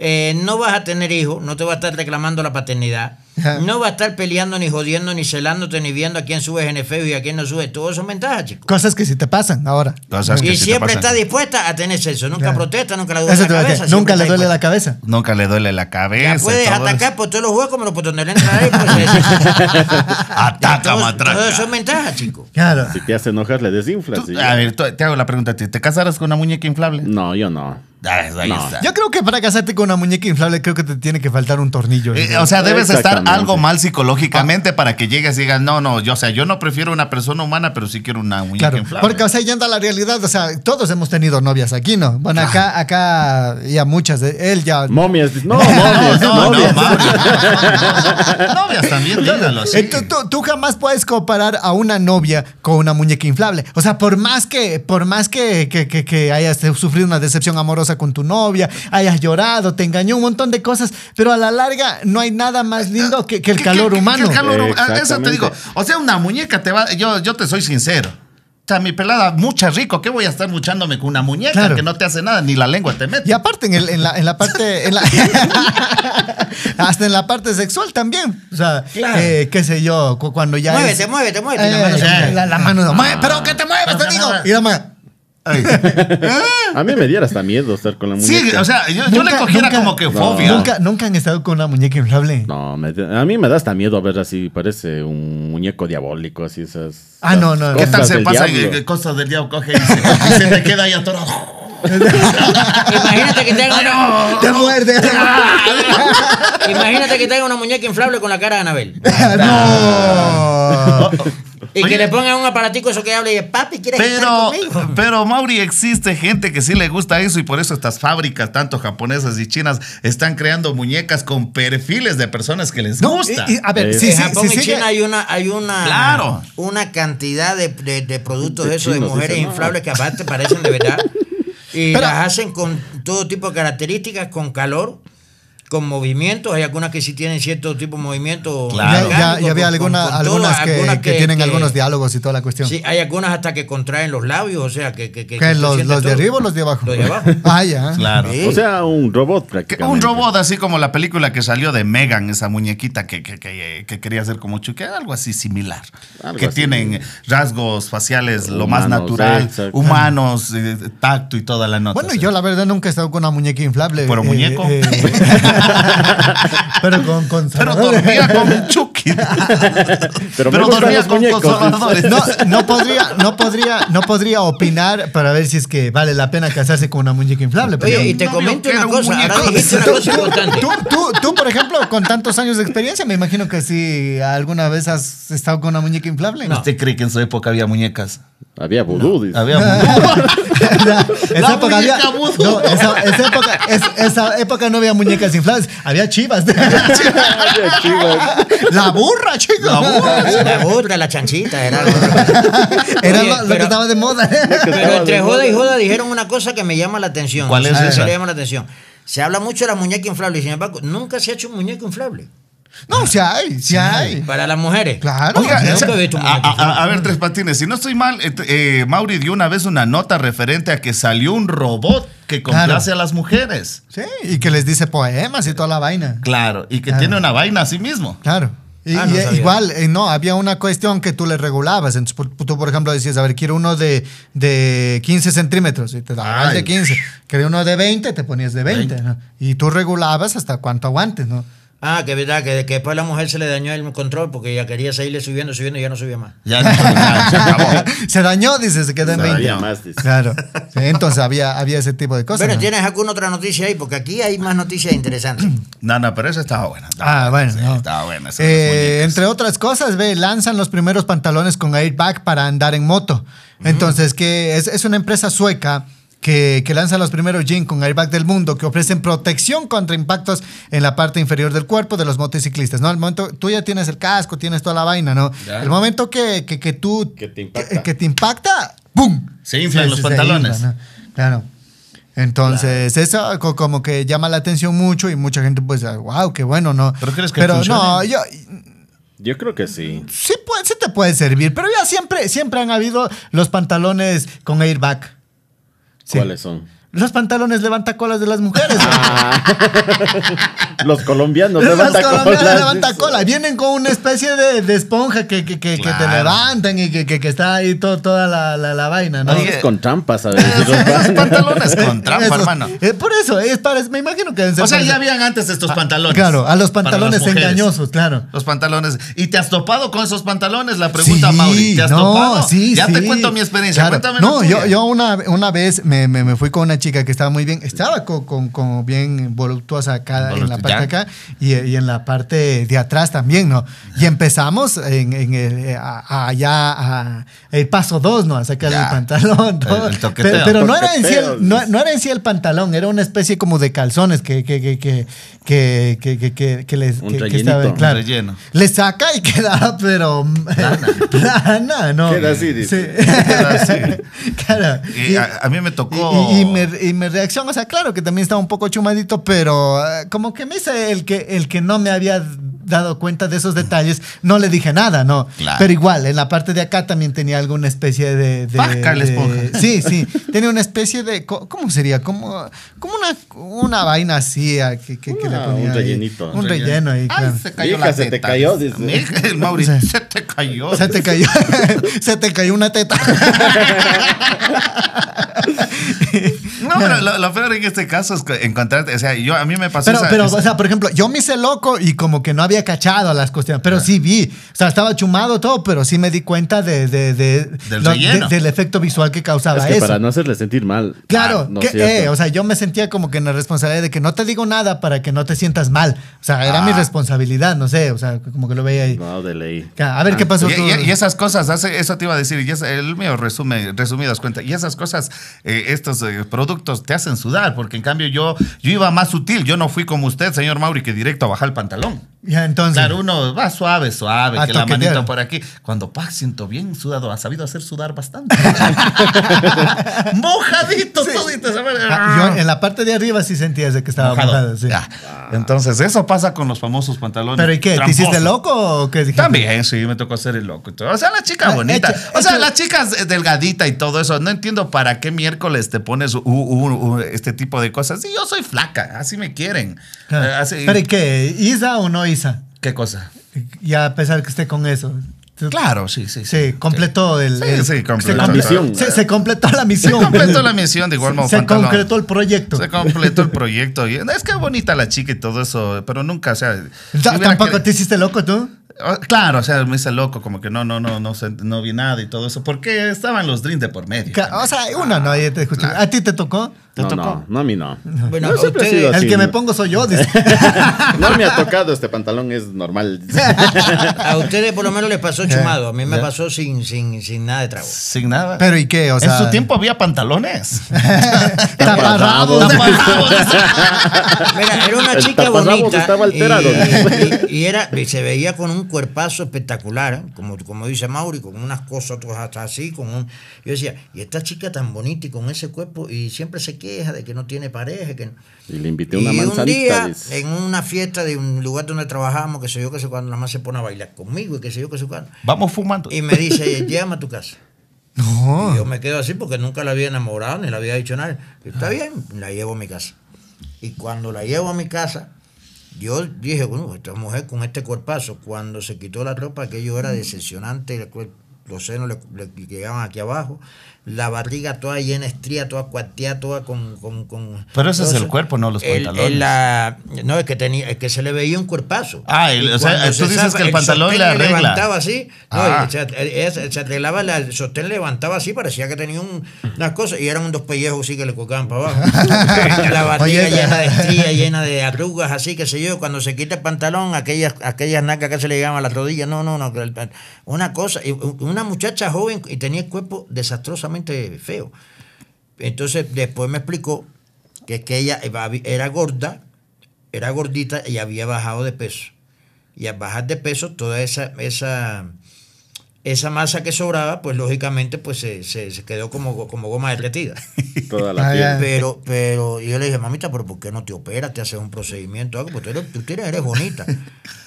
Speaker 5: eh, no vas a tener hijos, no te va a estar reclamando la paternidad, no va a estar peleando, ni jodiendo, ni celándote, ni viendo a quién subes en el feo y a quién no subes. Todo eso es ventaja, chico.
Speaker 3: Cosas que sí te pasan ahora.
Speaker 1: Cosas que
Speaker 5: Y
Speaker 1: sí te
Speaker 5: siempre
Speaker 1: pasan.
Speaker 5: está dispuesta a tener sexo. Nunca
Speaker 3: Claro.
Speaker 5: protesta, nunca le duele
Speaker 3: Eso
Speaker 5: la
Speaker 3: te va a
Speaker 5: cabeza.
Speaker 3: decir, Nunca
Speaker 5: siempre
Speaker 3: le
Speaker 5: está
Speaker 3: duele la
Speaker 5: dispuesta.
Speaker 3: cabeza.
Speaker 1: Nunca le duele la cabeza.
Speaker 5: La puedes
Speaker 1: y todo
Speaker 5: atacar
Speaker 1: eso.
Speaker 5: por todos los huecos, pero por donde le entra ahí, pues, por ese-
Speaker 1: Ataca,
Speaker 5: Todo-
Speaker 1: matraca.
Speaker 5: Todo eso es ventaja, chico.
Speaker 3: Claro.
Speaker 2: Si te hace enojar, le desinflas.
Speaker 1: Tú-
Speaker 2: y ya.
Speaker 1: a ver, tú- te hago la pregunta a ti. ¿Te casarás con una muñeca inflable?
Speaker 2: No, yo no.
Speaker 1: Ah, ahí
Speaker 2: No.
Speaker 1: está.
Speaker 3: Yo creo que para casarte con una muñeca inflable, creo que te tiene que faltar un tornillo.
Speaker 1: Eh, o sea, debes estar
Speaker 2: Exactamente.
Speaker 1: algo mal psicológicamente para que llegues y digas, no, no, yo, o sea, yo no prefiero una persona humana, pero sí quiero una muñeca
Speaker 3: Claro,
Speaker 1: inflable.
Speaker 3: porque, o sea, yendo a la realidad, o sea, todos hemos tenido novias aquí, ¿no? Bueno, acá, acá, ya muchas, de- él ya.
Speaker 2: Momias. No, momias.
Speaker 1: no, no,
Speaker 2: momias.
Speaker 1: mami. Novias también, dígalo así.
Speaker 3: Eh, tú, tú- tú jamás puedes comparar a una novia con una muñeca inflable. O sea, por más que, por más que, que- que- que hayas sufrido una decepción amorosa con tu novia, hayas llorado, te engañó, un montón de cosas, pero a la larga Eh, no hay nada más lindo que, que el
Speaker 1: ¿Qué-
Speaker 3: calor
Speaker 1: qué- qué-
Speaker 3: humano.
Speaker 1: qué calor hum- ah, Eso te
Speaker 2: Exactamente.
Speaker 1: digo. O sea, una muñeca te va. Yo, yo te soy sincero. O sea, mi pelada, mucha rico. ¿Qué voy a estar muchándome con una muñeca
Speaker 3: Claro.
Speaker 1: que no te hace nada, ni la lengua te mete?
Speaker 3: Y aparte, en, el- en la, en la parte. en la- hasta en la parte sexual también. O sea,
Speaker 5: Claro.
Speaker 3: eh, qué sé yo, cu- cuando ya.
Speaker 5: Muévete,
Speaker 3: es-
Speaker 5: muévete, muévete,
Speaker 3: Eh,
Speaker 5: la mano se mueve.
Speaker 3: la, la mano no mueve, pero que te mueves, te
Speaker 1: No,
Speaker 3: digo.
Speaker 1: no, no.
Speaker 3: Y la mano-
Speaker 1: Ay.
Speaker 2: A mí me diera hasta miedo estar con la muñeca.
Speaker 1: Sí, o sea, yo, yo le
Speaker 3: Nunca-
Speaker 1: cogiera
Speaker 3: nunca-
Speaker 1: como que
Speaker 2: No.
Speaker 1: fobia.
Speaker 3: Nunca, nunca han estado con una muñeca inflable.
Speaker 2: No, me- a mí me da hasta miedo ver así, parece un muñeco diabólico, así esas.
Speaker 3: Ah, no, no,
Speaker 1: ¿Qué
Speaker 2: esas
Speaker 1: tal
Speaker 2: cosas
Speaker 1: se
Speaker 2: del
Speaker 1: pasa?
Speaker 2: diablo.
Speaker 1: Que cosas del diablo coge y se, y se te queda ahí atorado.
Speaker 5: Imagínate que tenga una,
Speaker 3: Te muerde.
Speaker 5: Ah. imagínate que tenga una muñeca inflable con la cara de Anabel.
Speaker 3: no.
Speaker 5: Y
Speaker 1: Oye.
Speaker 5: que le pongan un aparatico eso que hable y dice, papi, ¿quieres
Speaker 1: Pero,
Speaker 5: estar conmigo?
Speaker 1: pero Mauri, existe gente que sí le gusta eso y por eso estas fábricas, tanto japonesas y chinas, están creando muñecas con perfiles de personas que les
Speaker 3: No,
Speaker 1: gusta.
Speaker 3: y- y, a ver,
Speaker 2: Eh,
Speaker 3: sí,
Speaker 5: en
Speaker 3: sí,
Speaker 5: Japón
Speaker 3: sí,
Speaker 5: y
Speaker 3: sigue-
Speaker 5: China hay una, hay una,
Speaker 1: Claro.
Speaker 5: una cantidad de, de- de productos
Speaker 2: De
Speaker 5: de esos de
Speaker 2: chinos,
Speaker 5: mujeres
Speaker 2: dice, no.
Speaker 5: inflables que aparte parecen de verdad. Y
Speaker 3: Pero-
Speaker 5: las hacen con todo tipo de características, con calor, con movimientos. Hay algunas que sí tienen cierto tipo de movimiento.
Speaker 1: Claro.
Speaker 3: Ya, ya- ya había
Speaker 5: orgánico, con-
Speaker 3: alguna-
Speaker 5: con- con todo,
Speaker 3: algunas que, que tienen algunos diálogos y toda la cuestión.
Speaker 5: Sí, hay algunas hasta que contraen los labios, o sea, que... que,
Speaker 3: ¿Qué,
Speaker 5: que- que se
Speaker 3: ¿Los,
Speaker 5: siente
Speaker 3: los de
Speaker 5: todo.
Speaker 3: arriba o los de abajo?
Speaker 5: Los de abajo.
Speaker 3: Ah, ya.
Speaker 1: Claro.
Speaker 5: Sí.
Speaker 2: O sea, un robot
Speaker 1: Que
Speaker 2: prácticamente.
Speaker 1: Un robot así como la película que salió de Megan, esa muñequita que, que- que- que quería hacer como Chucky, algo así similar.
Speaker 2: Algo
Speaker 1: que
Speaker 2: así.
Speaker 1: tienen rasgos faciales lo más
Speaker 2: Humanos,
Speaker 1: natural,
Speaker 2: exacto.
Speaker 1: humanos, eh, tacto y toda la nota.
Speaker 3: Bueno,
Speaker 1: Sí.
Speaker 3: yo la verdad nunca he estado con una muñeca inflable. Eh,
Speaker 1: Pero muñeco.
Speaker 3: pero con, con
Speaker 1: Pero
Speaker 3: sonadores.
Speaker 1: dormía con un Chucky.
Speaker 2: Pero, me
Speaker 1: Pero
Speaker 2: gustan
Speaker 1: dormía
Speaker 2: los
Speaker 1: con
Speaker 2: muñecos.
Speaker 1: consoladores.
Speaker 3: No, no podría, no podría, no podría opinar para ver si es que vale la pena casarse con una muñeca inflable. pero-
Speaker 5: Oye, y te
Speaker 1: No,
Speaker 5: comento
Speaker 1: yo
Speaker 5: una
Speaker 1: quiero un
Speaker 5: cosa, ahora
Speaker 1: muñeco.
Speaker 5: dijiste una
Speaker 1: Tú-
Speaker 5: cosa importante.
Speaker 3: Tú, tú, tú, por ejemplo, con tantos años de experiencia, me imagino que sí, alguna vez has estado con una muñeca inflable.
Speaker 1: ¿Usted cree que en su época había muñecas?
Speaker 2: Había vudú, dice.
Speaker 1: Había muñecas.
Speaker 3: Esa
Speaker 1: La
Speaker 3: época había-
Speaker 1: muñeca vudú.
Speaker 3: no, esa, esa época, es- esa época no había muñecas inflables, había chivas.
Speaker 2: Había chivas.
Speaker 3: La burra, chicos.
Speaker 1: La burra.
Speaker 5: La burra, la chanchita, era lo otro.
Speaker 3: Era
Speaker 5: Oye,
Speaker 3: lo, lo que
Speaker 5: pero-
Speaker 3: estaba de moda.
Speaker 5: Pero entre joda y joda dijeron una cosa que me llama la atención.
Speaker 1: ¿Cuál es
Speaker 5: O sea,
Speaker 1: esa?
Speaker 5: que le llama la atención. Se habla mucho de la muñeca inflable y sin embargo nunca se ha hecho un muñeco inflable.
Speaker 3: No, si hay, si hay.
Speaker 5: Para las mujeres.
Speaker 3: Claro.
Speaker 1: Oiga, Ah,
Speaker 5: Nunca
Speaker 1: o sea,
Speaker 5: he visto un
Speaker 1: a,
Speaker 5: muñeco
Speaker 1: a- a- a ver, Tres Patines, si no estoy mal, eh, eh, Mauri dio una vez una nota referente a que salió un robot que complace
Speaker 3: Claro.
Speaker 1: a las mujeres.
Speaker 3: Sí, y que les dice poemas y toda la vaina.
Speaker 1: Claro, y que
Speaker 3: Claro.
Speaker 1: tiene una vaina a sí mismo.
Speaker 3: Claro. Y,
Speaker 5: Ah, no
Speaker 3: y, eh,
Speaker 5: sabía.
Speaker 3: igual, eh, no, había una cuestión que tú le regulabas. Entonces, por- tú, por ejemplo, decías, a ver, quiero uno de, de 15 centímetros y te dabas
Speaker 1: Ay.
Speaker 3: de 15. Quería uno de 20, te ponías de 20. ¿no? Y tú regulabas hasta cuánto aguantes, ¿no?
Speaker 5: Ah, que verdad, que, que después la mujer se le dañó el control porque ella quería seguirle subiendo, subiendo y ya no subía más.
Speaker 1: Ya, no, ya, se acabó.
Speaker 3: se dañó, dices, se quedó en
Speaker 2: No
Speaker 3: 20.
Speaker 2: había más, dice.
Speaker 3: Claro. Sí, entonces había, había ese tipo de cosas.
Speaker 5: Bueno,
Speaker 3: ¿no?
Speaker 5: ¿tienes alguna otra noticia ahí? Porque aquí hay más noticias interesantes.
Speaker 1: No, no, pero esa estaba buena. estaba
Speaker 3: Ah,
Speaker 1: buena,
Speaker 3: bueno.
Speaker 1: sí,
Speaker 3: no.
Speaker 1: Estaba buena. esa de las
Speaker 3: Eh,
Speaker 1: muñecas.
Speaker 3: entre otras cosas, ve, lanzan los primeros pantalones con airbag para andar en moto. Entonces, que es, es una empresa sueca. Que, que lanza los primeros jeans con airbag del mundo que ofrecen protección contra impactos en la parte inferior del cuerpo de los motociclistas. ¿no? Al momento, tú ya tienes el casco, tienes toda la vaina, ¿no?
Speaker 1: Ya.
Speaker 3: El momento que, que, que tú.
Speaker 2: Que te impacta.
Speaker 3: que- que te impacta, ¡pum!
Speaker 1: Se inflan los
Speaker 3: se
Speaker 1: pantalones.
Speaker 3: inflan, ¿no? Claro. Entonces, eso co- como que llama la atención mucho y mucha gente pues, wow, qué bueno, ¿no?
Speaker 1: ¿Pero crees que
Speaker 3: Pero
Speaker 1: funcione?
Speaker 3: no, yo
Speaker 2: Yo creo que sí.
Speaker 3: sí, puede, sí te puede servir, pero ya siempre siempre han habido los pantalones con airbag. Sí.
Speaker 2: ¿Cuáles son?
Speaker 3: Los pantalones levantacolas de las mujeres. güey.
Speaker 1: Ah,
Speaker 2: Los colombianos
Speaker 3: Los
Speaker 2: levanta
Speaker 3: colombianos
Speaker 2: colas.
Speaker 3: levantan cola. Vienen con una especie de, de esponja que, que, que- que te
Speaker 1: Claro.
Speaker 3: levantan y que, que- que está ahí to- toda la, la- la vaina, ¿no?
Speaker 1: Oye,
Speaker 2: Con trampas, ¿sabes?
Speaker 1: Esos pantalones con trampa,
Speaker 3: Esos-
Speaker 1: hermano.
Speaker 3: eh, por eso, es para, me imagino que deben ser
Speaker 1: O sea,
Speaker 3: para-
Speaker 1: ya habían antes estos pantalones.
Speaker 3: Ah, Claro, a los
Speaker 1: para las
Speaker 3: pantalones
Speaker 1: mujeres.
Speaker 3: engañosos, claro.
Speaker 1: Los pantalones. ¿Y te has topado con esos pantalones? La pregunta,
Speaker 3: Sí,
Speaker 1: Mauri. ¿Te has
Speaker 3: no,
Speaker 1: topado?
Speaker 3: sí,
Speaker 1: ya te
Speaker 3: sí.
Speaker 1: cuento mi experiencia.
Speaker 3: Claro.
Speaker 1: Cuéntame la
Speaker 3: No, yo,
Speaker 1: tuya.
Speaker 3: yo una, una vez me, me- me fui con una chica que estaba muy bien, estaba con, con- con bien voluptuosa acá en la
Speaker 1: Voluptu-
Speaker 3: parte
Speaker 1: ya.
Speaker 3: de acá y, y en la parte de atrás también, ¿no? Y empezamos en, en el, eh, a- a- allá a el paso 2, ¿no? A sacar
Speaker 1: Ya.
Speaker 3: el pantalón. ¿no?
Speaker 1: El- el toqueteo.
Speaker 3: pero pero no, era en sí
Speaker 2: Toqueteo,
Speaker 3: el, no,
Speaker 2: dices.
Speaker 3: no era en sí el pantalón, era una especie como de calzones que, que, que, que, que, que, que- que- que les...
Speaker 2: Un
Speaker 3: que- que
Speaker 2: rellenito, un
Speaker 3: claro.
Speaker 1: relleno.
Speaker 3: Le saca y queda, pero... Plana. ¿no?
Speaker 2: Queda así, dice.
Speaker 3: Sí.
Speaker 1: Queda
Speaker 3: Claro.
Speaker 1: Y a, a mí me
Speaker 3: y-
Speaker 1: tocó.
Speaker 3: y- y me, y me reacción, o sea, claro que también estaba un poco chumadito, pero eh, como que me hice el que, el que no me había dado cuenta de esos detalles, no le dije nada, ¿no?
Speaker 1: Claro.
Speaker 3: Pero igual, en la parte de acá también tenía alguna especie de... de-
Speaker 1: Paja, la
Speaker 3: de-
Speaker 1: esponja.
Speaker 3: Sí, sí, tenía una especie de... co- ¿Cómo sería? Como, como una, una vaina así ah, que, que- que le
Speaker 2: Una-
Speaker 3: ponía
Speaker 2: un
Speaker 3: ahí.
Speaker 2: rellenito.
Speaker 3: Un relleno ahí, claro.
Speaker 1: Ay, se cayó
Speaker 2: Mija,
Speaker 1: la
Speaker 2: se te
Speaker 1: teta.
Speaker 2: cayó, dice.
Speaker 1: Mija, el Mauri,
Speaker 3: Sí.
Speaker 1: se te cayó.
Speaker 3: Se te cayó, se te cayó una teta.
Speaker 1: No, pero lo, lo peor en este caso es que encontrarte. O sea, yo a mí me pasó.
Speaker 3: Pero,
Speaker 1: esa-
Speaker 3: pero,
Speaker 1: esa-
Speaker 3: o sea, por ejemplo, yo me hice loco y como que no había cachado las cuestiones, pero sí vi. O sea, estaba chumado todo, pero sí me di cuenta de, de- de-
Speaker 1: Del relleno.
Speaker 3: del efecto visual que causaba
Speaker 2: Es que
Speaker 3: eso.
Speaker 2: para no hacerle sentir mal.
Speaker 3: Claro,
Speaker 2: Ah, no
Speaker 3: que,
Speaker 2: es cierto.
Speaker 3: eh, o sea, yo me sentía como que en la responsabilidad de que no te digo nada para que no te sientas mal. O sea, era
Speaker 1: Ah.
Speaker 3: mi responsabilidad, no sé, o sea, como que lo veía ahí.
Speaker 2: No, de ley. Ah,
Speaker 3: A ver qué pasó.
Speaker 1: Y,
Speaker 3: tú?
Speaker 1: y- y esas cosas, hace, eso te iba a decir, y es el mío resume, resumidas cuentas, y esas cosas, eh, estos eh, productos te hacen sudar, porque en cambio yo, yo iba más sutil, yo no fui como usted, señor Mauri, que directo a bajar el pantalón.
Speaker 3: Ya, entonces.
Speaker 1: Claro, uno va suave, suave,
Speaker 3: A
Speaker 1: que la
Speaker 3: toquetear.
Speaker 1: manito por aquí. Cuando pa, siento bien sudado, ha sabido hacer sudar bastante. Mojadito, todito. se va-
Speaker 3: Ah, yo en la parte de arriba sí sentías de que estaba
Speaker 1: Mojado.
Speaker 3: mojado. sí.
Speaker 1: Ya. Entonces, eso pasa con los famosos pantalones.
Speaker 3: Pero ¿y qué? ¿Te
Speaker 1: tramposos.
Speaker 3: hiciste loco o qué? dijiste?
Speaker 1: También, sí, me tocó ser el loco. y todo. O sea, la chica
Speaker 3: Ah,
Speaker 1: bonita.
Speaker 3: hecho-
Speaker 1: o sea,
Speaker 3: hecho-
Speaker 1: las chicas eh, delgadita y todo eso. No entiendo para qué miércoles te pones u- u- u- este tipo de cosas. Sí, yo soy flaca, así me quieren. Eh,
Speaker 3: Claro.
Speaker 1: así-
Speaker 3: ¿Pero y qué? ¿Isa o no Isa?
Speaker 1: ¿Qué cosa?
Speaker 3: Ya a pesar que esté con eso. Tú-
Speaker 1: Claro, sí, sí.
Speaker 3: Se completó el.
Speaker 1: Sí,
Speaker 3: el-
Speaker 1: sí, completó.
Speaker 3: se
Speaker 2: La
Speaker 3: comple-
Speaker 2: misión.
Speaker 3: Se, se completó la misión.
Speaker 1: Se completó la misión de igual modo,
Speaker 3: Se
Speaker 1: pantalón.
Speaker 3: concretó el proyecto.
Speaker 1: Se completó el proyecto. Y, es que bonita la chica y todo eso, pero nunca, o sea. si
Speaker 3: Ta-
Speaker 1: hubiera
Speaker 3: Tampoco
Speaker 1: querido-
Speaker 3: te hiciste loco tú.
Speaker 1: Oh, Claro, o sea, me hice loco, como que no, no, no, no, sé- no vi nada y todo eso, porque estaban los drinks de por medio.
Speaker 3: Ca- O sea, uno no. ya te escuché. A ti te tocó.
Speaker 1: ¿Te
Speaker 2: No,
Speaker 1: tocó?
Speaker 2: no, no, a mí no.
Speaker 5: Bueno,
Speaker 2: Yo siempre he
Speaker 5: ustedes-
Speaker 2: sido así.
Speaker 3: El que me pongo soy yo. dice.
Speaker 2: No me ha tocado este pantalón, es normal.
Speaker 5: A ustedes por lo menos les
Speaker 2: Eh,
Speaker 5: pasó chumado. A mí me pasó sin, sin, sin nada de trago.
Speaker 1: Sin nada.
Speaker 3: Pero ¿y qué? O sea,
Speaker 1: en su tiempo había pantalones.
Speaker 3: taparrabos.
Speaker 1: Taparrabos.
Speaker 5: Mira, era una
Speaker 2: El
Speaker 5: chica
Speaker 2: taparrabos
Speaker 5: bonita.
Speaker 2: estaba alterado.
Speaker 5: Y, y- y era, y se veía con un cuerpazo espectacular, ¿eh? como, como dice Mauri, con unas cosas todas hasta así. Con un, yo decía, y esta chica tan bonita y con ese cuerpo, y siempre se queja de que no tiene pareja. Que no-
Speaker 2: Y le invité una
Speaker 5: y un
Speaker 2: manzanita.
Speaker 5: día,
Speaker 2: dice.
Speaker 5: en una fiesta de un lugar donde trabajábamos, que sé yo, que sé cuándo, nada más se pone a bailar conmigo y que sé yo, que sé cuándo.
Speaker 1: Vamos fumando.
Speaker 5: Y me dice, llévame a tu casa.
Speaker 3: No.
Speaker 5: Y yo me quedo así porque nunca la había enamorado ni la había dicho nada. Y está bien, la llevo a mi casa. Y cuando la llevo a mi casa, yo dije, bueno, esta mujer con este cuerpazo, cuando se quitó la ropa, aquello era decepcionante, el cuer- los senos le, le llegaban aquí abajo, la barriga toda llena de estría, toda cuarteada, toda con... con, con-
Speaker 1: Pero ese es
Speaker 5: entonces,
Speaker 1: el cuerpo, no los
Speaker 5: el- el-
Speaker 1: pantalones.
Speaker 5: la- no, es que, tenía, es que se le veía un cuerpazo.
Speaker 1: Ah, el-
Speaker 5: Y
Speaker 1: o sea,
Speaker 5: cuando
Speaker 1: tú
Speaker 5: se
Speaker 1: dices que el pantalón
Speaker 5: sostén
Speaker 1: le arregla.
Speaker 5: levantaba así, no,
Speaker 1: Ah.
Speaker 5: y se, ella se- se arreglaba, la- el sostén levantaba así, parecía que tenía un- unas cosas, y eran unos pellejos así que le colgaban para abajo. la barriga
Speaker 3: Oye,
Speaker 5: llena de estrías, llena de arrugas, así que sé yo, cuando se quita el pantalón, aquellas, aquellas nacas que se le llegaban a las rodillas, no, no, no, que el pan- una cosa, y u- una muchacha joven y tenía el cuerpo desastrosamente feo. Entonces después me explicó que es que ella era gorda, era gordita y había bajado de peso. Y al bajar de peso, toda esa, esa, esa masa que sobraba, pues lógicamente pues, se, se- se quedó como, como goma derretida.
Speaker 2: Toda
Speaker 3: Ah,
Speaker 2: la
Speaker 3: ya.
Speaker 2: piel.
Speaker 5: Pero, pero yo le dije, mamita, pero ¿por qué no te operas? ¿Te haces un procedimiento? Algo? Porque tú eres, tú tienes- eres bonita.